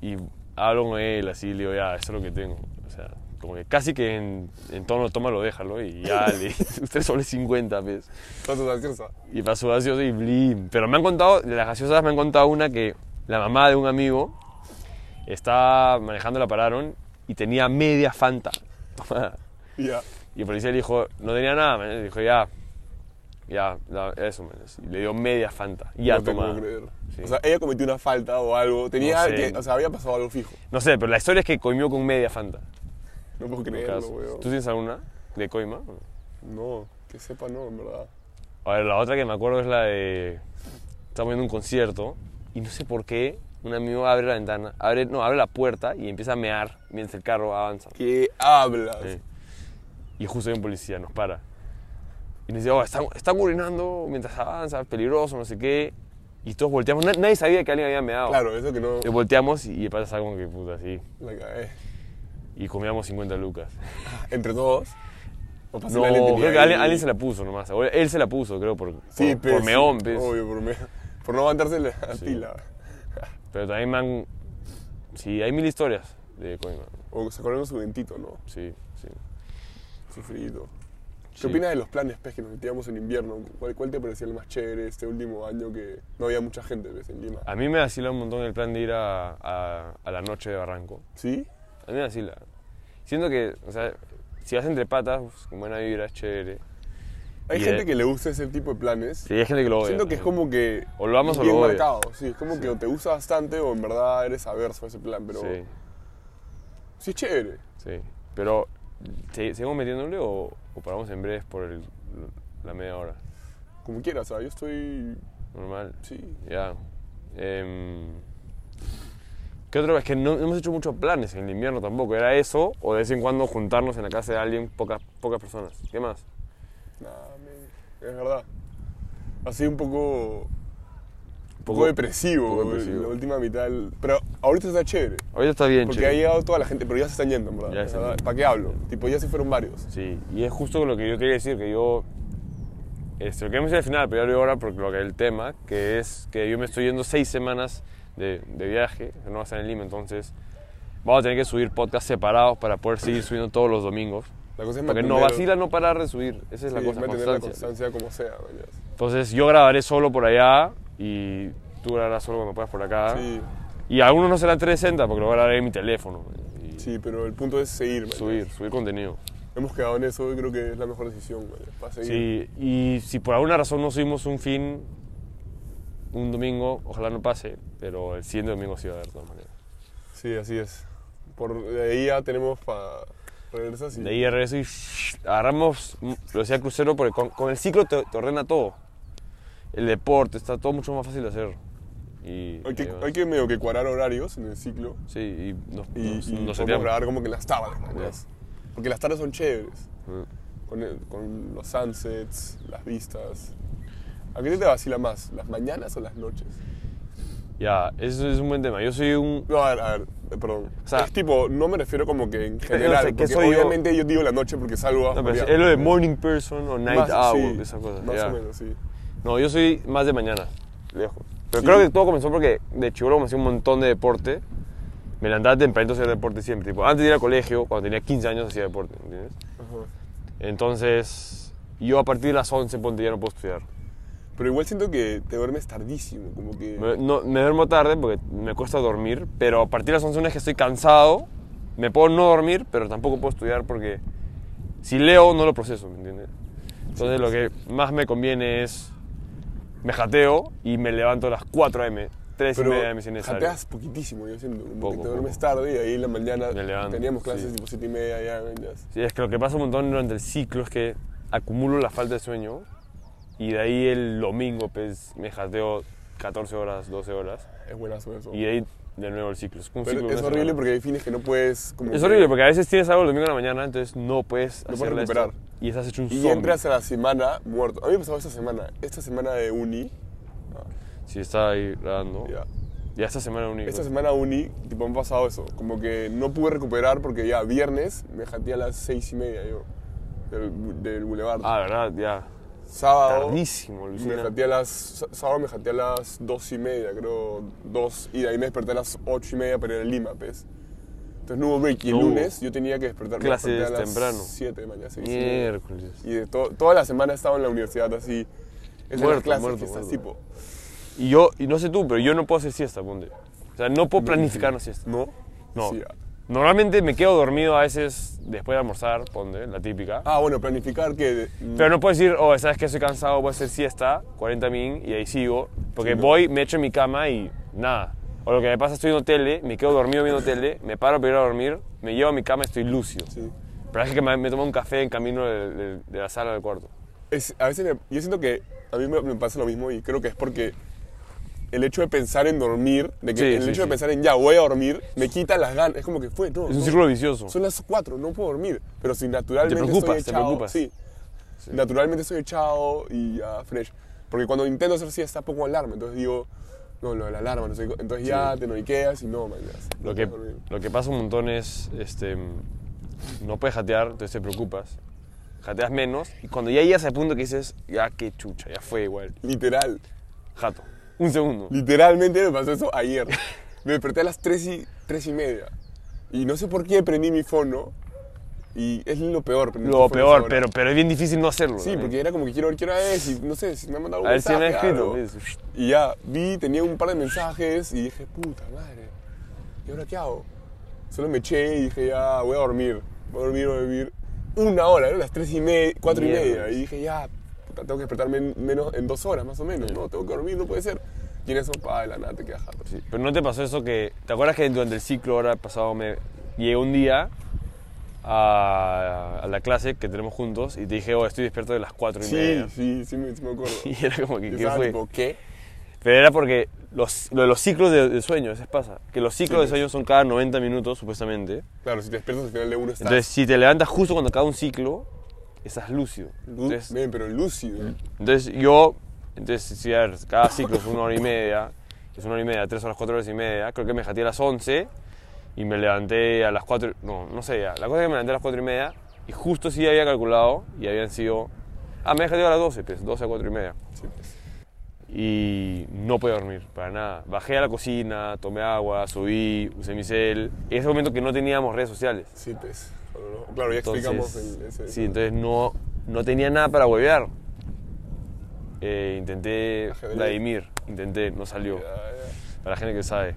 [SPEAKER 1] Y hablo con él así, le digo, ya, eso es lo que tengo. O sea, como que casi que en, en tono, tómalo, déjalo. Y ya, le 3 soles 50, ¿ves?
[SPEAKER 2] Tanto tan cierta.
[SPEAKER 1] Y pasó gaseosa y blim. Pero me han contado, de las gaseosas me han contado una que la mamá de un amigo estaba manejando, la pararon y tenía media Fanta. tomada.
[SPEAKER 2] Ya.
[SPEAKER 1] Y el policía le dijo, no tenía nada, man. Le dijo, ya, ya, la- eso, man. Y le dio media Fanta. Y Ya,
[SPEAKER 2] no te
[SPEAKER 1] tomada.
[SPEAKER 2] puedo creer.
[SPEAKER 1] Sí.
[SPEAKER 2] O sea, ella cometió una falta o algo. Tenía
[SPEAKER 1] No sé.
[SPEAKER 2] que, o sea, había pasado algo fijo.
[SPEAKER 1] No sé, pero la historia es que coimió con media Fanta.
[SPEAKER 2] No puedo creerlo,
[SPEAKER 1] Caso.
[SPEAKER 2] weón.
[SPEAKER 1] ¿Tú tienes alguna de coima?
[SPEAKER 2] No, que sepa no, en verdad.
[SPEAKER 1] A ver, la otra que me acuerdo es la de... Estamos viendo un concierto y no sé por qué un amigo abre la ventana, abre, no, abre la puerta y empieza a mear mientras el carro avanza.
[SPEAKER 2] ¿Qué hablas?
[SPEAKER 1] Sí. Y justo hay un policía, nos para. Y nos dice, oh, están, están urinando mientras avanza, es peligroso, no sé qué. Y todos volteamos, Na- nadie sabía que alguien había meado.
[SPEAKER 2] Claro, eso que no.
[SPEAKER 1] Y volteamos y, y pasa algo que puta, así.
[SPEAKER 2] La cagué.
[SPEAKER 1] y comíamos 50 lucas.
[SPEAKER 2] ¿Entre todos? ¿O pasó
[SPEAKER 1] No,
[SPEAKER 2] Ah, la lente y
[SPEAKER 1] creo que
[SPEAKER 2] ahí-
[SPEAKER 1] alguien, alguien se la puso nomás. O Él se la puso, creo, por,
[SPEAKER 2] Sí,
[SPEAKER 1] por,
[SPEAKER 2] pues,
[SPEAKER 1] por
[SPEAKER 2] sí,
[SPEAKER 1] meón, pues.
[SPEAKER 2] Obvio, por meón. Por no aguantarse la pila.
[SPEAKER 1] Pero también me han... Sí, hay mil historias de Coima.
[SPEAKER 2] O sacaron su ventito, ¿no?
[SPEAKER 1] Sí, sí.
[SPEAKER 2] Su frío. ¿Qué
[SPEAKER 1] Sí.
[SPEAKER 2] opinas de los planes pez, que nos metíamos en invierno? ¿Cuál, cuál te parecía el más chévere este último año que no había mucha gente pues, en Lima?
[SPEAKER 1] A mí me vacila un montón el plan de ir a, a- a la noche de Barranco.
[SPEAKER 2] ¿Sí?
[SPEAKER 1] A mí me vacila. Siento que, o sea, si vas entre patas, pues, con buena vibra, es chévere.
[SPEAKER 2] Hay
[SPEAKER 1] Y
[SPEAKER 2] gente
[SPEAKER 1] de-
[SPEAKER 2] que le gusta ese tipo de planes.
[SPEAKER 1] Sí, hay gente que lo odia.
[SPEAKER 2] Siento que es
[SPEAKER 1] también.
[SPEAKER 2] como que.
[SPEAKER 1] O lo amas o
[SPEAKER 2] bien
[SPEAKER 1] lo odias.
[SPEAKER 2] marcado, sí. Es como que o te gusta bastante o en verdad eres averso a ese plan, pero. Sí.
[SPEAKER 1] Sí,
[SPEAKER 2] es chévere.
[SPEAKER 1] sí. Pero, ¿se- ¿seguimos metiéndole o, o paramos en breves por el- la media hora?
[SPEAKER 2] Como quieras, o sea, yo estoy.
[SPEAKER 1] Normal.
[SPEAKER 2] Sí.
[SPEAKER 1] Ya. Em, ¿Qué otro? Es que no, no hemos hecho muchos planes en el invierno tampoco. Era eso o de vez en cuando juntarnos en la casa de alguien, pocas pocas personas. ¿Qué más?
[SPEAKER 2] Nah, men, es verdad. Así un poco. Un poco depresivo,
[SPEAKER 1] poco
[SPEAKER 2] el-
[SPEAKER 1] depresivo.
[SPEAKER 2] la última mitad. del- Pero ahorita está chévere.
[SPEAKER 1] Ahorita está bien,
[SPEAKER 2] Porque
[SPEAKER 1] chico.
[SPEAKER 2] ha llegado toda la gente, pero ya se están yendo, en verdad.
[SPEAKER 1] Ya se están
[SPEAKER 2] ¿verdad?
[SPEAKER 1] yendo.
[SPEAKER 2] ¿Para qué hablo? Tipo, ya se fueron varios.
[SPEAKER 1] Sí, y es justo lo que yo quería decir, que yo... Este, lo que hemos dicho al final, pero yo lo digo ahora porque lo que el tema, que es que yo me estoy yendo seis semanas de, de viaje, que no va a estar en Lima, entonces vamos a tener que subir podcasts separados para poder seguir subiendo todos los domingos.
[SPEAKER 2] La cosa es
[SPEAKER 1] Porque no
[SPEAKER 2] mantener-
[SPEAKER 1] vacila no parar de subir, esa es
[SPEAKER 2] sí,
[SPEAKER 1] la cosa,
[SPEAKER 2] mantener la
[SPEAKER 1] constancia.
[SPEAKER 2] constancia como sea, man, ya.
[SPEAKER 1] Entonces yo grabaré solo por allá y tú grabarás solo cuando puedas por acá.
[SPEAKER 2] Sí,
[SPEAKER 1] Y algunos no serán 360 porque lo grabaré en mi teléfono. Y
[SPEAKER 2] sí, pero el punto es seguir, man, ya.
[SPEAKER 1] Subir, subir contenido.
[SPEAKER 2] Hemos quedado en eso y creo que es la mejor decisión, man, ya, para seguir.
[SPEAKER 1] Sí, y si por alguna razón no subimos un fin, un domingo, ojalá no pase, pero el siguiente domingo sí va a haber de todas maneras.
[SPEAKER 2] Sí, así es. Por de ahí ya tenemos para regresas y
[SPEAKER 1] De ahí a regreso y agarramos velocidad crucero porque con, con el ciclo te, te ordena todo. El deporte, está todo mucho más fácil de hacer. Y,
[SPEAKER 2] hay,
[SPEAKER 1] y
[SPEAKER 2] que,
[SPEAKER 1] demás.
[SPEAKER 2] hay que medio que cuadrar horarios en el ciclo
[SPEAKER 1] Sí, y nos, nos-
[SPEAKER 2] y, y
[SPEAKER 1] nos
[SPEAKER 2] podemos
[SPEAKER 1] seteamos.
[SPEAKER 2] grabar como que en las tardes, ¿no?
[SPEAKER 1] Ya.
[SPEAKER 2] porque las tardes son chéveres
[SPEAKER 1] Mm.
[SPEAKER 2] con, el- con los sunsets, las vistas. ¿A qué te vacila más, las mañanas o las noches?
[SPEAKER 1] Ya, eso es un buen tema. Yo soy un...
[SPEAKER 2] No, a ver, a ver, eh, perdón.
[SPEAKER 1] O sea-
[SPEAKER 2] es tipo, no me refiero como que en general,
[SPEAKER 1] sé, ¿qué
[SPEAKER 2] porque
[SPEAKER 1] soy yo?
[SPEAKER 2] obviamente yo? digo la noche porque salgo a
[SPEAKER 1] No, pero es
[SPEAKER 2] jodear.
[SPEAKER 1] es lo de morning person o night
[SPEAKER 2] Más-
[SPEAKER 1] owl,
[SPEAKER 2] sí,
[SPEAKER 1] esas cosas.
[SPEAKER 2] Más
[SPEAKER 1] ya.
[SPEAKER 2] o menos, sí.
[SPEAKER 1] No, yo soy más de mañana, lejos. Pero
[SPEAKER 2] Sí.
[SPEAKER 1] creo que todo comenzó porque de chivolo me hacía un montón de deporte. Me levantaba temprano a hacer deporte siempre. Tipo, antes de ir al colegio, cuando tenía 15 años, hacía deporte, ¿entiendes?
[SPEAKER 2] Ajá.
[SPEAKER 1] Entonces, yo a partir de las 11 ponte ya no puedo estudiar.
[SPEAKER 2] Pero igual siento que te duermes tardísimo, como que...
[SPEAKER 1] Me, no- me duermo tarde porque me cuesta dormir, pero a partir de las 11 una vez que estoy cansado, me puedo no dormir, pero tampoco puedo estudiar porque si leo no lo proceso, ¿me entiendes? Entonces lo que más me conviene es me jateo y me levanto a las 4 am, 3 y media am si es necesario.
[SPEAKER 2] jateas poquitísimo, yo siento. Como
[SPEAKER 1] Poco,
[SPEAKER 2] que te duermes
[SPEAKER 1] poco.
[SPEAKER 2] tarde y ahí en la mañana
[SPEAKER 1] Me levanto,
[SPEAKER 2] teníamos clases
[SPEAKER 1] sí.
[SPEAKER 2] tipo 7 y media, ya, venías.
[SPEAKER 1] Sí, es que lo que pasa un montón durante el ciclo es que acumulo la falta de sueño y de ahí el domingo pues, me jateo 14 horas, 12 horas
[SPEAKER 2] Es buenazo eso.
[SPEAKER 1] y de ahí de nuevo el ciclo. Es, como un
[SPEAKER 2] Pero
[SPEAKER 1] ciclo de
[SPEAKER 2] es
[SPEAKER 1] una
[SPEAKER 2] horrible
[SPEAKER 1] semana.
[SPEAKER 2] porque hay fines que no puedes... Como
[SPEAKER 1] Es
[SPEAKER 2] que-
[SPEAKER 1] horrible porque a veces tienes algo el domingo en la mañana, entonces no puedes
[SPEAKER 2] No puedes
[SPEAKER 1] hacerla
[SPEAKER 2] recuperar.
[SPEAKER 1] esto, y estás hecho un
[SPEAKER 2] Y
[SPEAKER 1] zombie.
[SPEAKER 2] entras a la semana muerto. A mí me pasó esta semana. Esta semana de uni.
[SPEAKER 1] Sí, está ahí grabando.
[SPEAKER 2] Ya.
[SPEAKER 1] Ya esta semana única.
[SPEAKER 2] Esta semana uni, tipo, me ha pasado eso. Como que no pude recuperar porque ya viernes me jateé a las 6 y media yo. Del, del boulevard.
[SPEAKER 1] Ah, verdad, ya.
[SPEAKER 2] Sábado...
[SPEAKER 1] Tardísimo,
[SPEAKER 2] Me
[SPEAKER 1] Lucina.
[SPEAKER 2] jateé a las. s- Sábado me jateé a las dos y media, creo. Dos. Y de ahí me desperté a las ocho y media para ir a Lima, pues. Entonces no hubo break. Y el
[SPEAKER 1] No hubo.
[SPEAKER 2] lunes yo tenía que despertarme
[SPEAKER 1] Clases
[SPEAKER 2] desperté a las
[SPEAKER 1] temprano.
[SPEAKER 2] Siete de mañana, seis y media.
[SPEAKER 1] Miércoles.
[SPEAKER 2] Y de to- toda la semana estaba en la universidad así. Es de las
[SPEAKER 1] Muerto,
[SPEAKER 2] clases
[SPEAKER 1] muerto,
[SPEAKER 2] que estás
[SPEAKER 1] muerto.
[SPEAKER 2] tipo.
[SPEAKER 1] Y yo, y no sé tú, pero yo no puedo hacer siesta, ponte. O sea, no puedo planificar una siesta.
[SPEAKER 2] ¿No?
[SPEAKER 1] No.
[SPEAKER 2] Sí, ah.
[SPEAKER 1] Normalmente me quedo dormido a veces después de almorzar, ponte, la típica.
[SPEAKER 2] Ah, bueno, planificar que. mm,
[SPEAKER 1] Pero no puedo decir, oh, sabes que estoy cansado, voy a hacer siesta, 40 min, y ahí sigo. Porque
[SPEAKER 2] Sí, no.
[SPEAKER 1] voy, me echo en mi cama y nada. O lo que me pasa, estoy viendo tele, me quedo dormido viendo tele, me paro para ir a dormir, me llevo a mi cama y estoy lúcido.
[SPEAKER 2] Sí.
[SPEAKER 1] Pero es que me, me tomo un café en camino de, de- de la sala al cuarto.
[SPEAKER 2] Es- a veces me- yo siento que a mí me, me pasa lo mismo y creo que es porque el hecho de pensar en dormir, de que
[SPEAKER 1] Sí,
[SPEAKER 2] el
[SPEAKER 1] sí,
[SPEAKER 2] hecho de
[SPEAKER 1] sí.
[SPEAKER 2] pensar en ya voy a dormir, me quita las ganas. Es como que fue, no.
[SPEAKER 1] Es un
[SPEAKER 2] no.
[SPEAKER 1] círculo vicioso.
[SPEAKER 2] Son las 4, no puedo dormir. Pero si naturalmente
[SPEAKER 1] Te preocupas,
[SPEAKER 2] estoy
[SPEAKER 1] te
[SPEAKER 2] echado.
[SPEAKER 1] preocupas.
[SPEAKER 2] Sí. Naturalmente estoy echado y ya fresh. Porque cuando intento hacer siesta pongo alarma. Entonces digo, No, lo de la alarma, no sé qué co- Entonces ya te noiqueas y no, man. ya, no
[SPEAKER 1] Lo que,
[SPEAKER 2] puedes dormir.
[SPEAKER 1] lo que pasa un montón es, este, no puedes jatear, entonces te preocupas. Jateas menos y cuando ya llegas al punto que dices, ya qué chucha, ya fue igual.
[SPEAKER 2] Literal.
[SPEAKER 1] Jato. Un segundo.
[SPEAKER 2] Literalmente me pasó eso ayer. Me desperté a las 3 y, 3 y media. Y no sé por qué prendí mi fono. Y es lo peor. prendí
[SPEAKER 1] Lo
[SPEAKER 2] el fono a esa
[SPEAKER 1] peor,
[SPEAKER 2] hora.
[SPEAKER 1] pero, pero es bien difícil no hacerlo.
[SPEAKER 2] Sí,
[SPEAKER 1] ¿no?
[SPEAKER 2] porque era como que quiero ver qué hora es y no sé si me han mandado
[SPEAKER 1] A
[SPEAKER 2] un
[SPEAKER 1] ver si me ha
[SPEAKER 2] mensaje,
[SPEAKER 1] escrito.
[SPEAKER 2] algo. Y ya, vi, tenía un par de mensajes y dije, puta madre, ¿y ahora qué hago? Solo me eché y dije, ya, voy a dormir, voy a dormir, voy a dormir. Una hora, eran las tres y media, cuatro y
[SPEAKER 1] Mierda.
[SPEAKER 2] media. Y dije, ya, puta, tengo que despertarme en, menos, en dos horas más o menos, ¿no? Tengo que dormir, no puede ser. Y en eso, pa, de la nada te quedas jato.
[SPEAKER 1] Sí, Pero no te pasó eso que. ¿Te acuerdas que durante el ciclo ahora pasado me llegué un día a, a la clase que tenemos juntos y te dije, oh, estoy despierto de las 4 y
[SPEAKER 2] Sí,
[SPEAKER 1] media?
[SPEAKER 2] sí, sí me, sí me acuerdo.
[SPEAKER 1] Y era como que,
[SPEAKER 2] Yo
[SPEAKER 1] ¿qué
[SPEAKER 2] estaba
[SPEAKER 1] fue?
[SPEAKER 2] tipo, ¿qué?
[SPEAKER 1] Pero era porque los, lo de los ciclos de, de sueños, eso pasa. Que los ciclos de
[SPEAKER 2] Sí.
[SPEAKER 1] sueños son cada 90 minutos, supuestamente.
[SPEAKER 2] Claro, si te despiertas al final de uno estás...
[SPEAKER 1] Entonces, si te levantas justo cuando acaba un ciclo, estás lúcido.
[SPEAKER 2] Lu-
[SPEAKER 1] Entonces,
[SPEAKER 2] Ven, pero
[SPEAKER 1] Mm.
[SPEAKER 2] lúcido.
[SPEAKER 1] Entonces yo, entonces si a ver, cada ciclo es una hora y media, es una hora y media, tres horas, cuatro horas y media, creo que me jateé a las 11 y me levanté a las 4, no, no sé ya, la cosa es que me levanté a las 4 y media y justo sí había calculado y habían sido, ah, me he jateado a las 12, pues 12 a 4 y media
[SPEAKER 2] Sí, pues.
[SPEAKER 1] y no podía dormir, para nada. Bajé a la cocina, tomé agua, subí, usé mi cel, en ese momento que no teníamos redes sociales.
[SPEAKER 2] Sí, pues. Bueno, no. Claro, ya explicamos
[SPEAKER 1] Entonces,
[SPEAKER 2] el, ese-
[SPEAKER 1] sí, entonces no, no tenía nada para huevear. Eh, intenté
[SPEAKER 2] Ajedrez.
[SPEAKER 1] Vladimir, intenté, no salió.
[SPEAKER 2] Ya, ya.
[SPEAKER 1] Para la gente que sabe,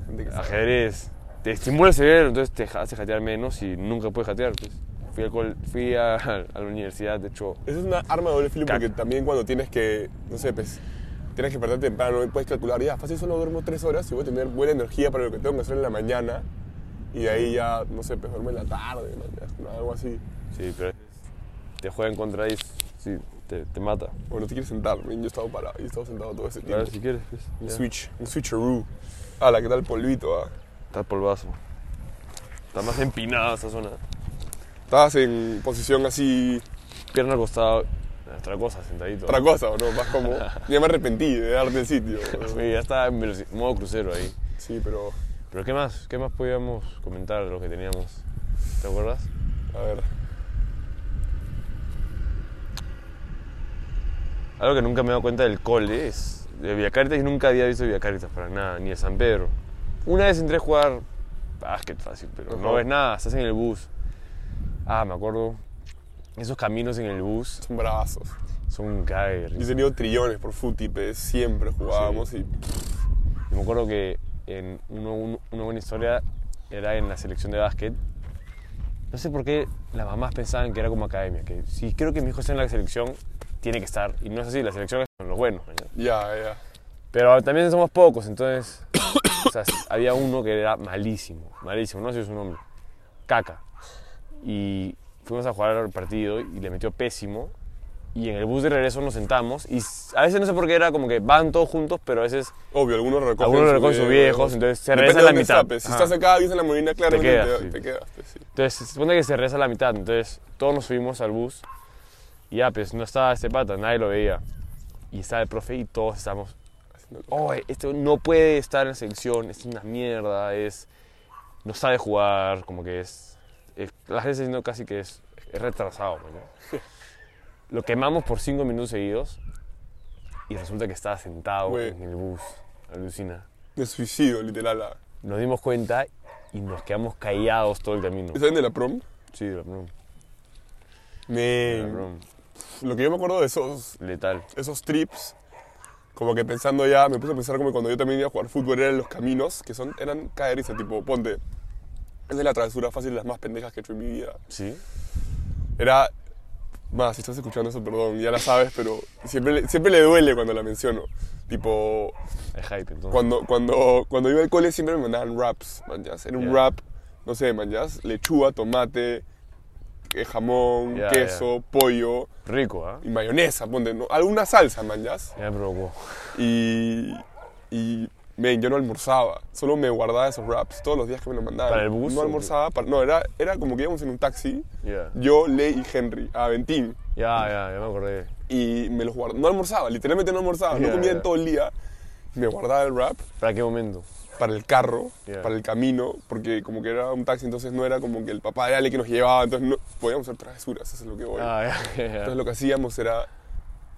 [SPEAKER 1] ah,
[SPEAKER 2] Gente que sabe.
[SPEAKER 1] ajedrez te estimula el cerebro, entonces te hace jatear menos y nunca puedes jatear. pues. Fui, al col- fui a, a la universidad, de hecho,
[SPEAKER 2] Esa es una arma de doble filo
[SPEAKER 1] Caca.
[SPEAKER 2] porque también cuando tienes que, no sé, pues, tienes que despertar temprano, puedes calcular, ya, fácil solo duermo tres horas y voy a tener buena energía para lo que tengo que hacer en la mañana y de ahí ya, no sé, pues duermo en la tarde, ¿no? Ya, algo así.
[SPEAKER 1] sí, pero te juegan contra ahí, sí, te, te mata.
[SPEAKER 2] O no te quieres sentar, men, yo he estado parado, yo he estado sentado todo ese
[SPEAKER 1] A ver
[SPEAKER 2] tiempo.
[SPEAKER 1] si quieres, pues.
[SPEAKER 2] Un
[SPEAKER 1] ya.
[SPEAKER 2] switch, un switcheroo. Ala, ¿qué tal polvito? ah?
[SPEAKER 1] Está el polvazo. Está más empinada esa zona.
[SPEAKER 2] Estabas en posición así,
[SPEAKER 1] Pierna al costado, otra cosa, sentadito.
[SPEAKER 2] otra cosa, ¿o no? Más como, ya me arrepentí de darte el sitio. ¿no?
[SPEAKER 1] Oye, ya está en veloci- modo crucero ahí.
[SPEAKER 2] Sí, pero,
[SPEAKER 1] Pero ¿qué más? ¿Qué más podíamos comentar de lo que teníamos? ¿Te acuerdas?
[SPEAKER 2] a ver,
[SPEAKER 1] Algo que nunca me he dado cuenta del cole es de Villacaritas. Yo nunca había visto Villacaritas para nada, ni de San Pedro. Una vez entré a jugar básquet fácil, pero no
[SPEAKER 2] Ajá.
[SPEAKER 1] ves nada, estás en el bus. Ah, me acuerdo. Esos caminos en el bus
[SPEAKER 2] son brazos.
[SPEAKER 1] son un cague. de risa.
[SPEAKER 2] Yo he tenido trillones por fútbol, pues, siempre jugábamos y
[SPEAKER 1] Yo me acuerdo que en uno- un- una buena historia era en la selección de básquet. No sé por qué las mamás pensaban que era como academia, que si creo que mi hijo está en la selección, tiene que estar. Y no es así, la selección son los buenos. ¿no?
[SPEAKER 2] ya, ya.
[SPEAKER 1] Pero también somos pocos, entonces o sea, había uno que era malísimo, malísimo, no sé su nombre, Caca. Y fuimos a jugar al partido y le metió pésimo. Y en el bus de regreso nos sentamos y s- a veces no sé por qué era como que van todos juntos, pero a veces
[SPEAKER 2] Obvio, algunos recogen
[SPEAKER 1] Algunos recogen sus viejos, entonces se regresan
[SPEAKER 2] Depende
[SPEAKER 1] a la
[SPEAKER 2] de dónde
[SPEAKER 1] mitad.
[SPEAKER 2] está, pues. Si
[SPEAKER 1] Ajá.
[SPEAKER 2] estás acá, vives en la Molina, claramente te
[SPEAKER 1] quedas,
[SPEAKER 2] te,
[SPEAKER 1] sí.
[SPEAKER 2] quedas, pues, sí.
[SPEAKER 1] Entonces se supone que se reza a la mitad, entonces todos nos subimos al bus y ya, pues no estaba este pata, nadie lo veía. Y estaba el profe y todos estábamos,
[SPEAKER 2] Haciendo-
[SPEAKER 1] oh, este no puede estar en la selección, es una mierda, es, no sabe jugar, como que es, es- la gente está diciendo casi que es, es retrasado. ¿no? Lo quemamos por cinco minutos seguidos y resulta que estaba sentado
[SPEAKER 2] Güey.
[SPEAKER 1] en el bus, alucina.
[SPEAKER 2] De suicidio, literal. ah.
[SPEAKER 1] Nos dimos cuenta y nos quedamos callados todo el camino.
[SPEAKER 2] ¿Saben de la prom?
[SPEAKER 1] Sí, de la prom, de la
[SPEAKER 2] Men,
[SPEAKER 1] prom,
[SPEAKER 2] lo que yo me acuerdo de esos,
[SPEAKER 1] letal.
[SPEAKER 2] esos trips, como que pensando ya, me puse a pensar como cuando yo también iba a jugar fútbol, eran los caminos, que son, eran caeriza, tipo, ponte. Es de la travesura fácil, de las más pendejas que he hecho en mi vida.
[SPEAKER 1] Sí.
[SPEAKER 2] Era. Más, si estás escuchando eso, perdón, ya la sabes, pero siempre, le- siempre le duele cuando la menciono. Tipo,
[SPEAKER 1] El hype, entonces.
[SPEAKER 2] Cuando, cuando, cuando iba al cole siempre me mandaban wraps, manjas. Era un
[SPEAKER 1] Ya.
[SPEAKER 2] wrap, no sé, manjas, lechuga, tomate, eh, jamón,
[SPEAKER 1] Ya,
[SPEAKER 2] queso, pollo
[SPEAKER 1] Rico, ¿ah?
[SPEAKER 2] y mayonesa, ponte, ¿no? alguna salsa, manjas.
[SPEAKER 1] Ya me provocó.
[SPEAKER 2] Y, y men, yo no almorzaba, solo me guardaba esos wraps todos los días que me los mandaban.
[SPEAKER 1] ¿Para el bus
[SPEAKER 2] No
[SPEAKER 1] o qué?
[SPEAKER 2] almorzaba, para- no, era, era como que íbamos en un taxi,
[SPEAKER 1] Ya.
[SPEAKER 2] yo, Ley y Henry, a Aventín.
[SPEAKER 1] Ya, ya, ya me acordé.
[SPEAKER 2] y me los guardaba. No almorzaba, literalmente no almorzaba,
[SPEAKER 1] Ya,
[SPEAKER 2] no comía
[SPEAKER 1] ya.
[SPEAKER 2] en todo el día. me guardaba el rap
[SPEAKER 1] ¿Para qué momento?
[SPEAKER 2] para el carro,
[SPEAKER 1] Ya.
[SPEAKER 2] para el camino, porque como que era un taxi, entonces no era como que el papá de Ale que nos llevaba, entonces no podíamos hacer travesuras, eso es lo que voy.
[SPEAKER 1] Ah, ya, ya,
[SPEAKER 2] Entonces
[SPEAKER 1] ya.
[SPEAKER 2] lo que hacíamos era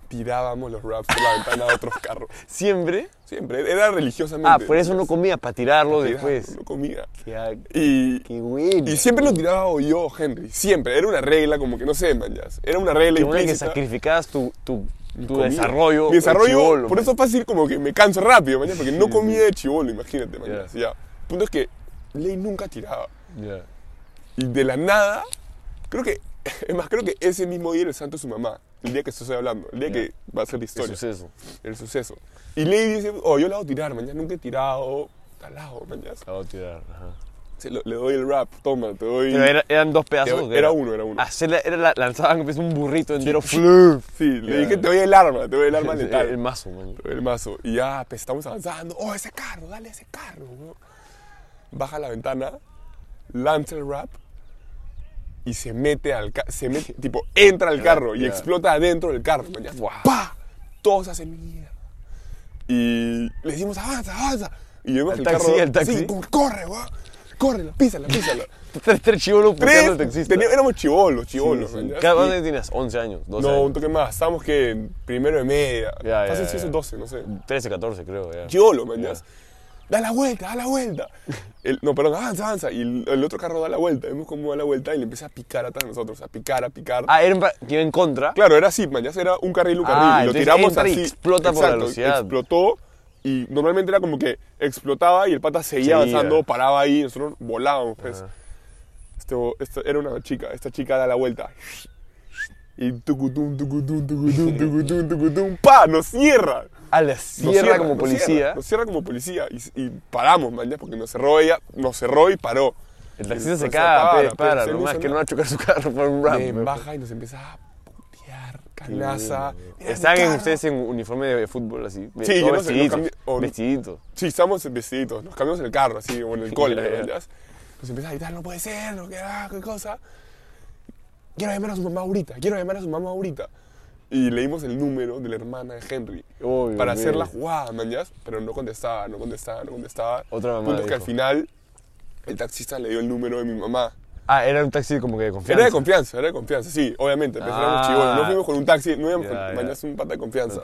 [SPEAKER 2] tirábamos los raps por la ventana de otros carros.
[SPEAKER 1] ¿Siempre?
[SPEAKER 2] Siempre, era religiosamente.
[SPEAKER 1] Ah, por eso no comía, para tirarlo
[SPEAKER 2] Tiraba,
[SPEAKER 1] después.
[SPEAKER 2] No comía.
[SPEAKER 1] Ya,
[SPEAKER 2] Y,
[SPEAKER 1] qué bueno.
[SPEAKER 2] y siempre lo tiraba o yo, Henry. Siempre. Era una regla, como que no sé, man, ya. Era una regla
[SPEAKER 1] Qué bueno que
[SPEAKER 2] implícita.
[SPEAKER 1] sacrificabas tu, tu, tu
[SPEAKER 2] Comía.
[SPEAKER 1] desarrollo.
[SPEAKER 2] Mi desarrollo,
[SPEAKER 1] de chibolo,
[SPEAKER 2] por
[SPEAKER 1] man.
[SPEAKER 2] eso es fácil como que me canso rápido, man, ya, porque no
[SPEAKER 1] Sí,
[SPEAKER 2] comía de chivolo, imagínate, man,
[SPEAKER 1] Ya.
[SPEAKER 2] ya. Ya. El punto es que Ley nunca tiraba.
[SPEAKER 1] Ya.
[SPEAKER 2] Y de la nada, creo que, es más, creo que ese mismo día era el santo de su mamá, el día que estoy hablando, el día
[SPEAKER 1] Ya.
[SPEAKER 2] que va a ser la
[SPEAKER 1] Qué
[SPEAKER 2] historia,
[SPEAKER 1] suceso.
[SPEAKER 2] el suceso. Y Ley dice, oh, yo la hago tirar, mañana nunca he tirado, talado, mañana.
[SPEAKER 1] La voy a tirar. ajá.
[SPEAKER 2] Le doy el rap, toma, te doy...
[SPEAKER 1] Pero era- eran dos pedazos.
[SPEAKER 2] Era-
[SPEAKER 1] ¿o qué
[SPEAKER 2] era uno, era uno.
[SPEAKER 1] Hacerla- era la- lanzaban pues, un burrito entero. flu.
[SPEAKER 2] Sí, le
[SPEAKER 1] Ya.
[SPEAKER 2] dije, te doy el arma, te doy el arma
[SPEAKER 1] el,
[SPEAKER 2] letal.
[SPEAKER 1] el mazo, man.
[SPEAKER 2] el mazo. Y ya, pues, estamos avanzando. Oh, ese carro, dale ese carro. weón. Baja la ventana, lanza el rap y se mete al carro. Se mete, tipo, entra al carro y
[SPEAKER 1] ya.
[SPEAKER 2] explota adentro del carro. man, ya.
[SPEAKER 1] Wow.
[SPEAKER 2] ¡Pah! Todos hacen mierda. Y le decimos, avanza, avanza. Y vemos
[SPEAKER 1] Al
[SPEAKER 2] que
[SPEAKER 1] taxi,
[SPEAKER 2] carro.
[SPEAKER 1] al taxi.
[SPEAKER 2] Sí, como, corre, weón. Corre, písala, písala.
[SPEAKER 1] Tres, tres chivolos puteando al
[SPEAKER 2] Tres,
[SPEAKER 1] taxista.
[SPEAKER 2] teníamos- éramos chivolos, chivolos.
[SPEAKER 1] Sí,
[SPEAKER 2] man,
[SPEAKER 1] sí.
[SPEAKER 2] ya.
[SPEAKER 1] ¿Cada
[SPEAKER 2] Y-
[SPEAKER 1] cuánto tienes? 11 años, 12
[SPEAKER 2] no, un
[SPEAKER 1] años.
[SPEAKER 2] toque más. Estamos que en primero de media.
[SPEAKER 1] Ya,
[SPEAKER 2] Fácil
[SPEAKER 1] ya,
[SPEAKER 2] si eso
[SPEAKER 1] ya.
[SPEAKER 2] 12, no sé.
[SPEAKER 1] 13, 14 creo, ya.
[SPEAKER 2] Chiolo, man,
[SPEAKER 1] Ya.
[SPEAKER 2] ya. Da la vuelta, da la vuelta. El- no, perdón, avanza, avanza. Y el, el otro carro da la vuelta. Vemos cómo da la vuelta y le empieza a picar atrás de nosotros. A picar, a picar.
[SPEAKER 1] Ah, eran pa- que iba en contra.
[SPEAKER 2] Claro, era así, man, ya. Era un carril, un
[SPEAKER 1] Ah,
[SPEAKER 2] carril. y lo
[SPEAKER 1] entonces
[SPEAKER 2] tiramos
[SPEAKER 1] entra y
[SPEAKER 2] así.
[SPEAKER 1] explota por la velocidad.
[SPEAKER 2] Explotó. Y normalmente era como que explotaba y el pata seguía
[SPEAKER 1] Seguía.
[SPEAKER 2] avanzando, paraba ahí. y Nosotros volábamos, pues. Esto, esto era una chica. Esta chica da la vuelta. Y tucutum, tucutum, tucutum, tucutum, tucutum. ¡Pa! Nos cierra.
[SPEAKER 1] Ah, la
[SPEAKER 2] Nos
[SPEAKER 1] cierra, como
[SPEAKER 2] nos
[SPEAKER 1] policía.
[SPEAKER 2] cierra, nos cierra como policía y, y paramos, man, ya, porque nos cerró ella, nos cerró y paró.
[SPEAKER 1] El
[SPEAKER 2] Y
[SPEAKER 1] taxista
[SPEAKER 2] el
[SPEAKER 1] se
[SPEAKER 2] policía
[SPEAKER 1] caga,
[SPEAKER 2] para,
[SPEAKER 1] para,
[SPEAKER 2] pues,
[SPEAKER 1] para,
[SPEAKER 2] él
[SPEAKER 1] nomás
[SPEAKER 2] hizo
[SPEAKER 1] que no
[SPEAKER 2] nada.
[SPEAKER 1] va a chocar su carro por un rap.
[SPEAKER 2] Eh,
[SPEAKER 1] pues.
[SPEAKER 2] baja y nos empieza a putear, canaza. Mira mi
[SPEAKER 1] ¿Están en
[SPEAKER 2] carro.
[SPEAKER 1] ustedes en uniforme de fútbol así?
[SPEAKER 2] Sí,
[SPEAKER 1] Todo
[SPEAKER 2] yo no sé, no
[SPEAKER 1] vestiditos,
[SPEAKER 2] cambié- o no-
[SPEAKER 1] vestiditos.
[SPEAKER 2] Sí, estamos vestiditos, nos cambiamos en el carro, así, o en el cole,
[SPEAKER 1] Ya, ya.
[SPEAKER 2] ¿verdad? Nos empieza a gritar, no puede ser, no, qué, ah, qué cosa. Quiero llamar a su mamá ahorita, quiero llamar a su mamá ahorita. Y leímos el número de la hermana de Henry.
[SPEAKER 1] Obvio,
[SPEAKER 2] para hacer
[SPEAKER 1] mira.
[SPEAKER 2] la jugada, mañas, pero no contestaba, no contestaba, no contestaba.
[SPEAKER 1] Otra mamá
[SPEAKER 2] Punto que al
[SPEAKER 1] dijo.
[SPEAKER 2] final el taxista le dio el número de mi mamá.
[SPEAKER 1] Ah, era un taxi como que de confianza.
[SPEAKER 2] Era de confianza, era de confianza, sí, obviamente, pero éramos
[SPEAKER 1] Ah.
[SPEAKER 2] chivolos, no fuimos con un taxi, no íbamos
[SPEAKER 1] Ya,
[SPEAKER 2] con
[SPEAKER 1] ya.
[SPEAKER 2] mañas un pata de confianza.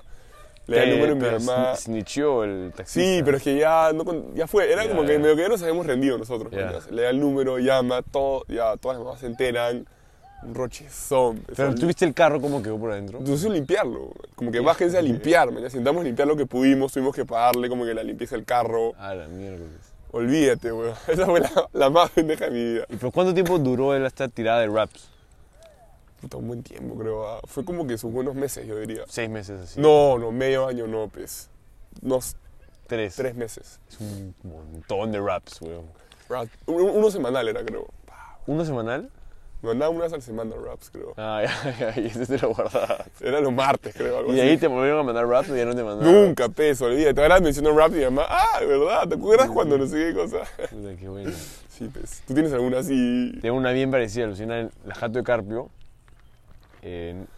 [SPEAKER 2] Le da
[SPEAKER 1] Eh,
[SPEAKER 2] el número de
[SPEAKER 1] pero
[SPEAKER 2] mi mamá.
[SPEAKER 1] sn- Snitchó el taxista.
[SPEAKER 2] Sí, pero es que ya, no con- ya fue, era
[SPEAKER 1] Ya,
[SPEAKER 2] como que
[SPEAKER 1] ya.
[SPEAKER 2] medio que ya nos habíamos rendido nosotros.
[SPEAKER 1] Ya.
[SPEAKER 2] mañas. Le da el número, llama, todo, ya todas las mamás se enteran, un rochezón.
[SPEAKER 1] Pero
[SPEAKER 2] Eso-
[SPEAKER 1] tú viste el carro cómo quedó por adentro.
[SPEAKER 2] entonces limpiarlo, como que bájense a limpiar, mañana intentamos limpiar lo que pudimos, tuvimos que pagarle como que la limpieza del carro,
[SPEAKER 1] Ah, la mierda.
[SPEAKER 2] Olvídate, weón. Esa fue la, la más pendeja de mi vida.
[SPEAKER 1] ¿Y por cuánto tiempo duró él esta tirada de raps?
[SPEAKER 2] Puta, un buen tiempo, creo. ah. Fue como que sus buenos meses, yo diría.
[SPEAKER 1] Seis meses así.
[SPEAKER 2] No, no, medio año no, pues. Unos
[SPEAKER 1] Tres.
[SPEAKER 2] tres meses.
[SPEAKER 1] Es un montón de raps, weón.
[SPEAKER 2] Rap. Uno, uno semanal era, creo.
[SPEAKER 1] ¿Uno semanal?
[SPEAKER 2] Me mandaban una vez al semana raps, creo.
[SPEAKER 1] Ah, ya, ya, y ese te lo guardabas.
[SPEAKER 2] Era los martes, creo. Algo
[SPEAKER 1] Y de
[SPEAKER 2] así.
[SPEAKER 1] ahí te volvieron a mandar raps y ya no te mandaron.
[SPEAKER 2] Nunca, peso, olvídate. Ahora menciono rap y mi mamá, ah, ¿verdad? ¿Te acuerdas cuando no sé qué cosa?
[SPEAKER 1] Puta, qué bueno.
[SPEAKER 2] Sí, pues. ¿Tú tienes alguna así?
[SPEAKER 1] Tengo una bien parecida, alucina en la Jato de Carpio. En-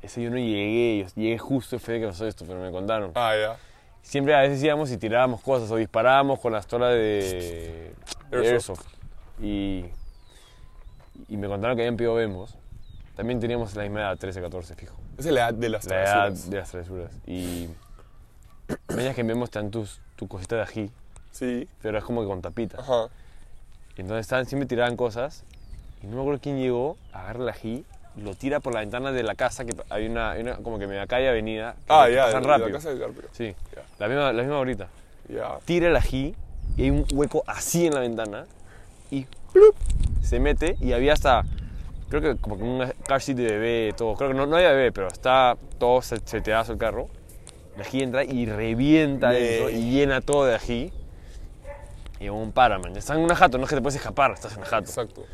[SPEAKER 1] ese yo no llegué, yo llegué justo después de que pasó esto, pero me contaron.
[SPEAKER 2] Ah, ya.
[SPEAKER 1] Siempre a veces íbamos y tirábamos cosas o disparábamos con las tolas de, de
[SPEAKER 2] Airsoft.
[SPEAKER 1] Airsoft. Y, y me contaron que habían pedido Bembos. También teníamos la misma edad, 13, 14, fijo.
[SPEAKER 2] Esa es la edad de las
[SPEAKER 1] La edad
[SPEAKER 2] travesuras.
[SPEAKER 1] de las travesuras. Y veías que en Bembos están tus, tu cosita de ají,
[SPEAKER 2] Sí.
[SPEAKER 1] pero es como que con tapita.
[SPEAKER 2] Ajá.
[SPEAKER 1] Y entonces estaban, siempre tiraban cosas. Y no me acuerdo quién llegó, agarra el ají, lo tira por la ventana de la casa, que hay una, hay una- como que media calle avenida. que
[SPEAKER 2] Ah,
[SPEAKER 1] que
[SPEAKER 2] ya.
[SPEAKER 1] pasan
[SPEAKER 2] de
[SPEAKER 1] rápido.
[SPEAKER 2] La casa de Carpio.
[SPEAKER 1] Sí,
[SPEAKER 2] Ya.
[SPEAKER 1] la misma, la misma ahorita.
[SPEAKER 2] Ya.
[SPEAKER 1] Tira el ají y hay un hueco así en la ventana. Y ¡plup! se mete y había hasta, creo que como que un car seat de bebé, todo. Creo que no, no había bebé, pero está todo se- seteazo el carro. El ají entra y revienta
[SPEAKER 2] Me-
[SPEAKER 1] eso y llena todo de ají. Y un paraman. Estás en una jato, no es que te puedes escapar, estás en una jato
[SPEAKER 2] Exacto.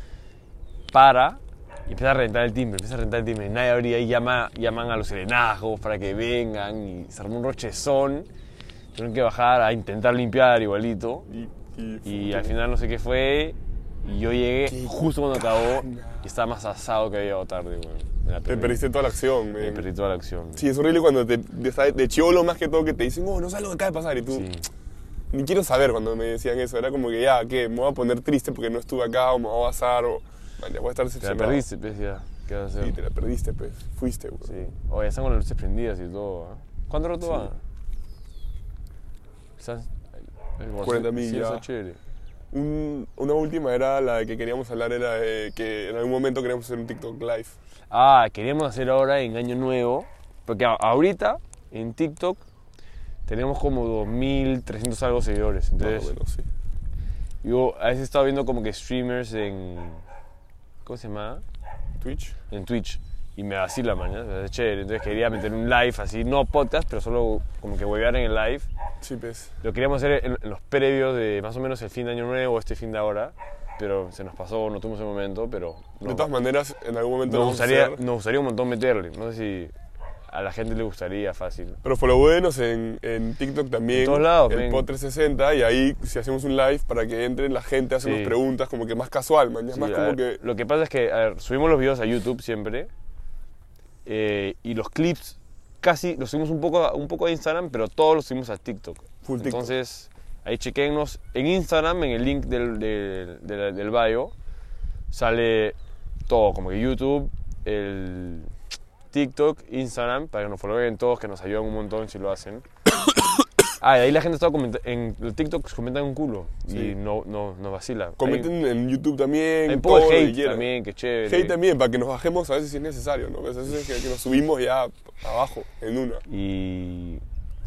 [SPEAKER 1] para y empieza a rentar el timbre, empieza a rentar el timbre. Nadie abría y llama, llaman a los serenazgos para que vengan y se armó un rochezón. Tuvieron que bajar a intentar limpiar igualito.
[SPEAKER 2] Y,
[SPEAKER 1] Y al final no sé qué fue. Y yo llegué
[SPEAKER 2] Qué
[SPEAKER 1] justo cuando acabó
[SPEAKER 2] cana.
[SPEAKER 1] y estaba más asado que había llegado tarde, weón. me la
[SPEAKER 2] Te
[SPEAKER 1] perdí.
[SPEAKER 2] perdiste toda la acción,
[SPEAKER 1] Me
[SPEAKER 2] men.
[SPEAKER 1] perdí toda la acción.
[SPEAKER 2] Sí, es horrible cuando te, de, de chivolo más que todo que te dicen, oh, no sabes lo que acaba de pasar. Y tú,
[SPEAKER 1] Sí.
[SPEAKER 2] ni quiero saber cuando me decían eso. Era como que ya, ¿qué? Me voy a poner triste porque no estuve acá o me voy a pasar o man, ya voy a estar
[SPEAKER 1] Te la
[SPEAKER 2] decepcionado.
[SPEAKER 1] perdiste, pues ya. ¿Qué vas a
[SPEAKER 2] Sí, te
[SPEAKER 1] hacer?
[SPEAKER 2] la perdiste, pues. Fuiste, güey.
[SPEAKER 1] Sí. Oye, están con las luces prendidas y todo. ¿ah? ¿Cuánto rato
[SPEAKER 2] Sí.
[SPEAKER 1] va? Están. el Barce-
[SPEAKER 2] 40
[SPEAKER 1] Sí,
[SPEAKER 2] millas.
[SPEAKER 1] está chévere.
[SPEAKER 2] Un- una última era la de que queríamos hablar, era de que en algún momento queríamos hacer un TikTok live.
[SPEAKER 1] Ah, queríamos hacer ahora en Año Nuevo, porque a- ahorita en TikTok tenemos como 2.300 algo seguidores.
[SPEAKER 2] Más o
[SPEAKER 1] Entonces,
[SPEAKER 2] menos, sí.
[SPEAKER 1] yo a veces he estado viendo como que streamers en. ¿Cómo se llama?
[SPEAKER 2] Twitch.
[SPEAKER 1] En Twitch. Y me vacila, ¿eh? mañana, me hace chévere. Entonces quería meter un live así, no podcast, pero solo como que huevear en el live.
[SPEAKER 2] Sí, pues.
[SPEAKER 1] Lo queríamos hacer en, en los previos de más o menos el fin de Año Nuevo, este fin de ahora, pero se nos pasó, no tuvimos el momento, pero. no.
[SPEAKER 2] De todas maneras, en algún momento
[SPEAKER 1] Nos
[SPEAKER 2] lo vamos a
[SPEAKER 1] gustaría,
[SPEAKER 2] hacer.
[SPEAKER 1] nos gustaría un montón meterle. No sé si a la gente le gustaría fácil.
[SPEAKER 2] Pero followéenos en, en TikTok también.
[SPEAKER 1] En todos lados,
[SPEAKER 2] El
[SPEAKER 1] men.
[SPEAKER 2] Pod 360. Y ahí, si hacemos un live para que entre la gente, hacemos
[SPEAKER 1] Sí.
[SPEAKER 2] preguntas como que más casual, man. ya
[SPEAKER 1] Sí,
[SPEAKER 2] más
[SPEAKER 1] a
[SPEAKER 2] como
[SPEAKER 1] ver,
[SPEAKER 2] que.
[SPEAKER 1] Lo que pasa es que a ver, subimos los videos a YouTube siempre eh, y los clips casi los subimos un poco, a- un poco a Instagram, pero todos los subimos a TikTok.
[SPEAKER 2] Full TikTok.
[SPEAKER 1] Entonces ahí chequennos en Instagram, en el link del, del, del- del bio, sale todo, como que YouTube, el TikTok, Instagram, para que nos followen todos, que nos ayudan un montón si lo hacen. Ah, y ahí la gente está comentando, en el TikTok comentan un culo
[SPEAKER 2] Sí.
[SPEAKER 1] y no, no, nos vacila. Ahí-
[SPEAKER 2] Comenten en YouTube también.
[SPEAKER 1] hay un poco
[SPEAKER 2] todo lo
[SPEAKER 1] de
[SPEAKER 2] que
[SPEAKER 1] hate
[SPEAKER 2] quieran.
[SPEAKER 1] también, que chévere.
[SPEAKER 2] Hate también, para que nos bajemos a veces si es necesario, ¿no? A veces que, que nos subimos ya abajo, en una.
[SPEAKER 1] Y.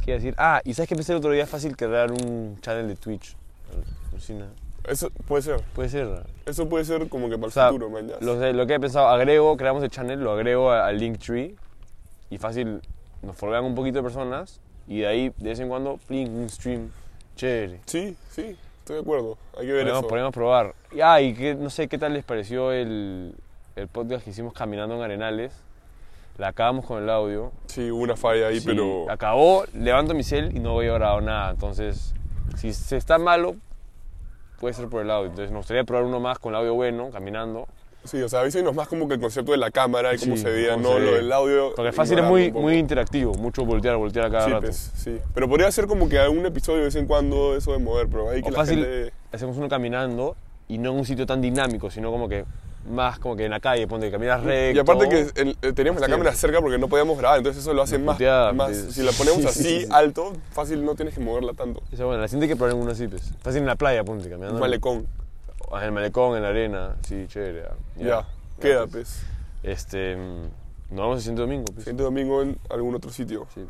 [SPEAKER 1] ¿Qué iba a decir? Ah, y sabes que pensé el otro día es fácil crear un channel de Twitch. Alucina.
[SPEAKER 2] Eso puede ser.
[SPEAKER 1] Puede ser.
[SPEAKER 2] Eso puede ser como que para
[SPEAKER 1] O sea,
[SPEAKER 2] el futuro, man. ya.
[SPEAKER 1] Lo, sé- lo que he pensado, agrego, creamos el channel, lo agrego a- al Linktree y fácil nos folgan un poquito de personas y de ahí de vez en cuando, pling, un stream. Chévere.
[SPEAKER 2] Sí, sí, estoy de acuerdo. Hay que ver
[SPEAKER 1] Podemos,
[SPEAKER 2] eso.
[SPEAKER 1] podemos probar. Y, ah, y que, no sé qué tal les pareció el, el podcast que hicimos caminando en Arenales. La acabamos con el audio.
[SPEAKER 2] Sí, hubo una falla ahí,
[SPEAKER 1] Sí,
[SPEAKER 2] pero.
[SPEAKER 1] acabó, levanto mi cel y no voy a grabado nada. Entonces, si se está malo, puede ser por el audio. Entonces, me gustaría probar uno más con el audio bueno, caminando.
[SPEAKER 2] Sí, o sea, avísenos más como que el concepto de la cámara y cómo
[SPEAKER 1] Sí,
[SPEAKER 2] se veía,
[SPEAKER 1] cómo
[SPEAKER 2] no
[SPEAKER 1] se
[SPEAKER 2] lo
[SPEAKER 1] ve.
[SPEAKER 2] del audio.
[SPEAKER 1] Porque fácil es
[SPEAKER 2] ignorarlo
[SPEAKER 1] muy,
[SPEAKER 2] un poco.
[SPEAKER 1] muy interactivo, mucho voltear, voltear a cada
[SPEAKER 2] Sí,
[SPEAKER 1] rato.
[SPEAKER 2] pues, sí. Pero podría ser como que algún episodio de vez en cuando eso de mover, pero hay que
[SPEAKER 1] o
[SPEAKER 2] la
[SPEAKER 1] fácil,
[SPEAKER 2] gente.
[SPEAKER 1] hacemos uno caminando y no en un sitio tan dinámico, sino como que más como que en la calle, ponte que caminas recto.
[SPEAKER 2] Y aparte que el- eh, teníamos la
[SPEAKER 1] Así
[SPEAKER 2] cámara
[SPEAKER 1] es.
[SPEAKER 2] cerca porque no podíamos grabar, entonces eso lo hace más,
[SPEAKER 1] puteaba,
[SPEAKER 2] más-
[SPEAKER 1] pues.
[SPEAKER 2] Si la ponemos
[SPEAKER 1] Sí,
[SPEAKER 2] así
[SPEAKER 1] sí, sí.
[SPEAKER 2] alto, fácil no tienes que moverla tanto.
[SPEAKER 1] Esa, bueno, la siguiente hay que probar en uno así, pues. Fácil en la playa, ponte caminando.
[SPEAKER 2] Un malecón.
[SPEAKER 1] Ah, En el malecón, en la arena. Sí, chévere. ah,
[SPEAKER 2] Ya,
[SPEAKER 1] ya.
[SPEAKER 2] queda, pues.
[SPEAKER 1] Este. mm, Nos vamos el siguiente domingo, pues.
[SPEAKER 2] Siguiente domingo en algún otro sitio.
[SPEAKER 1] Sí.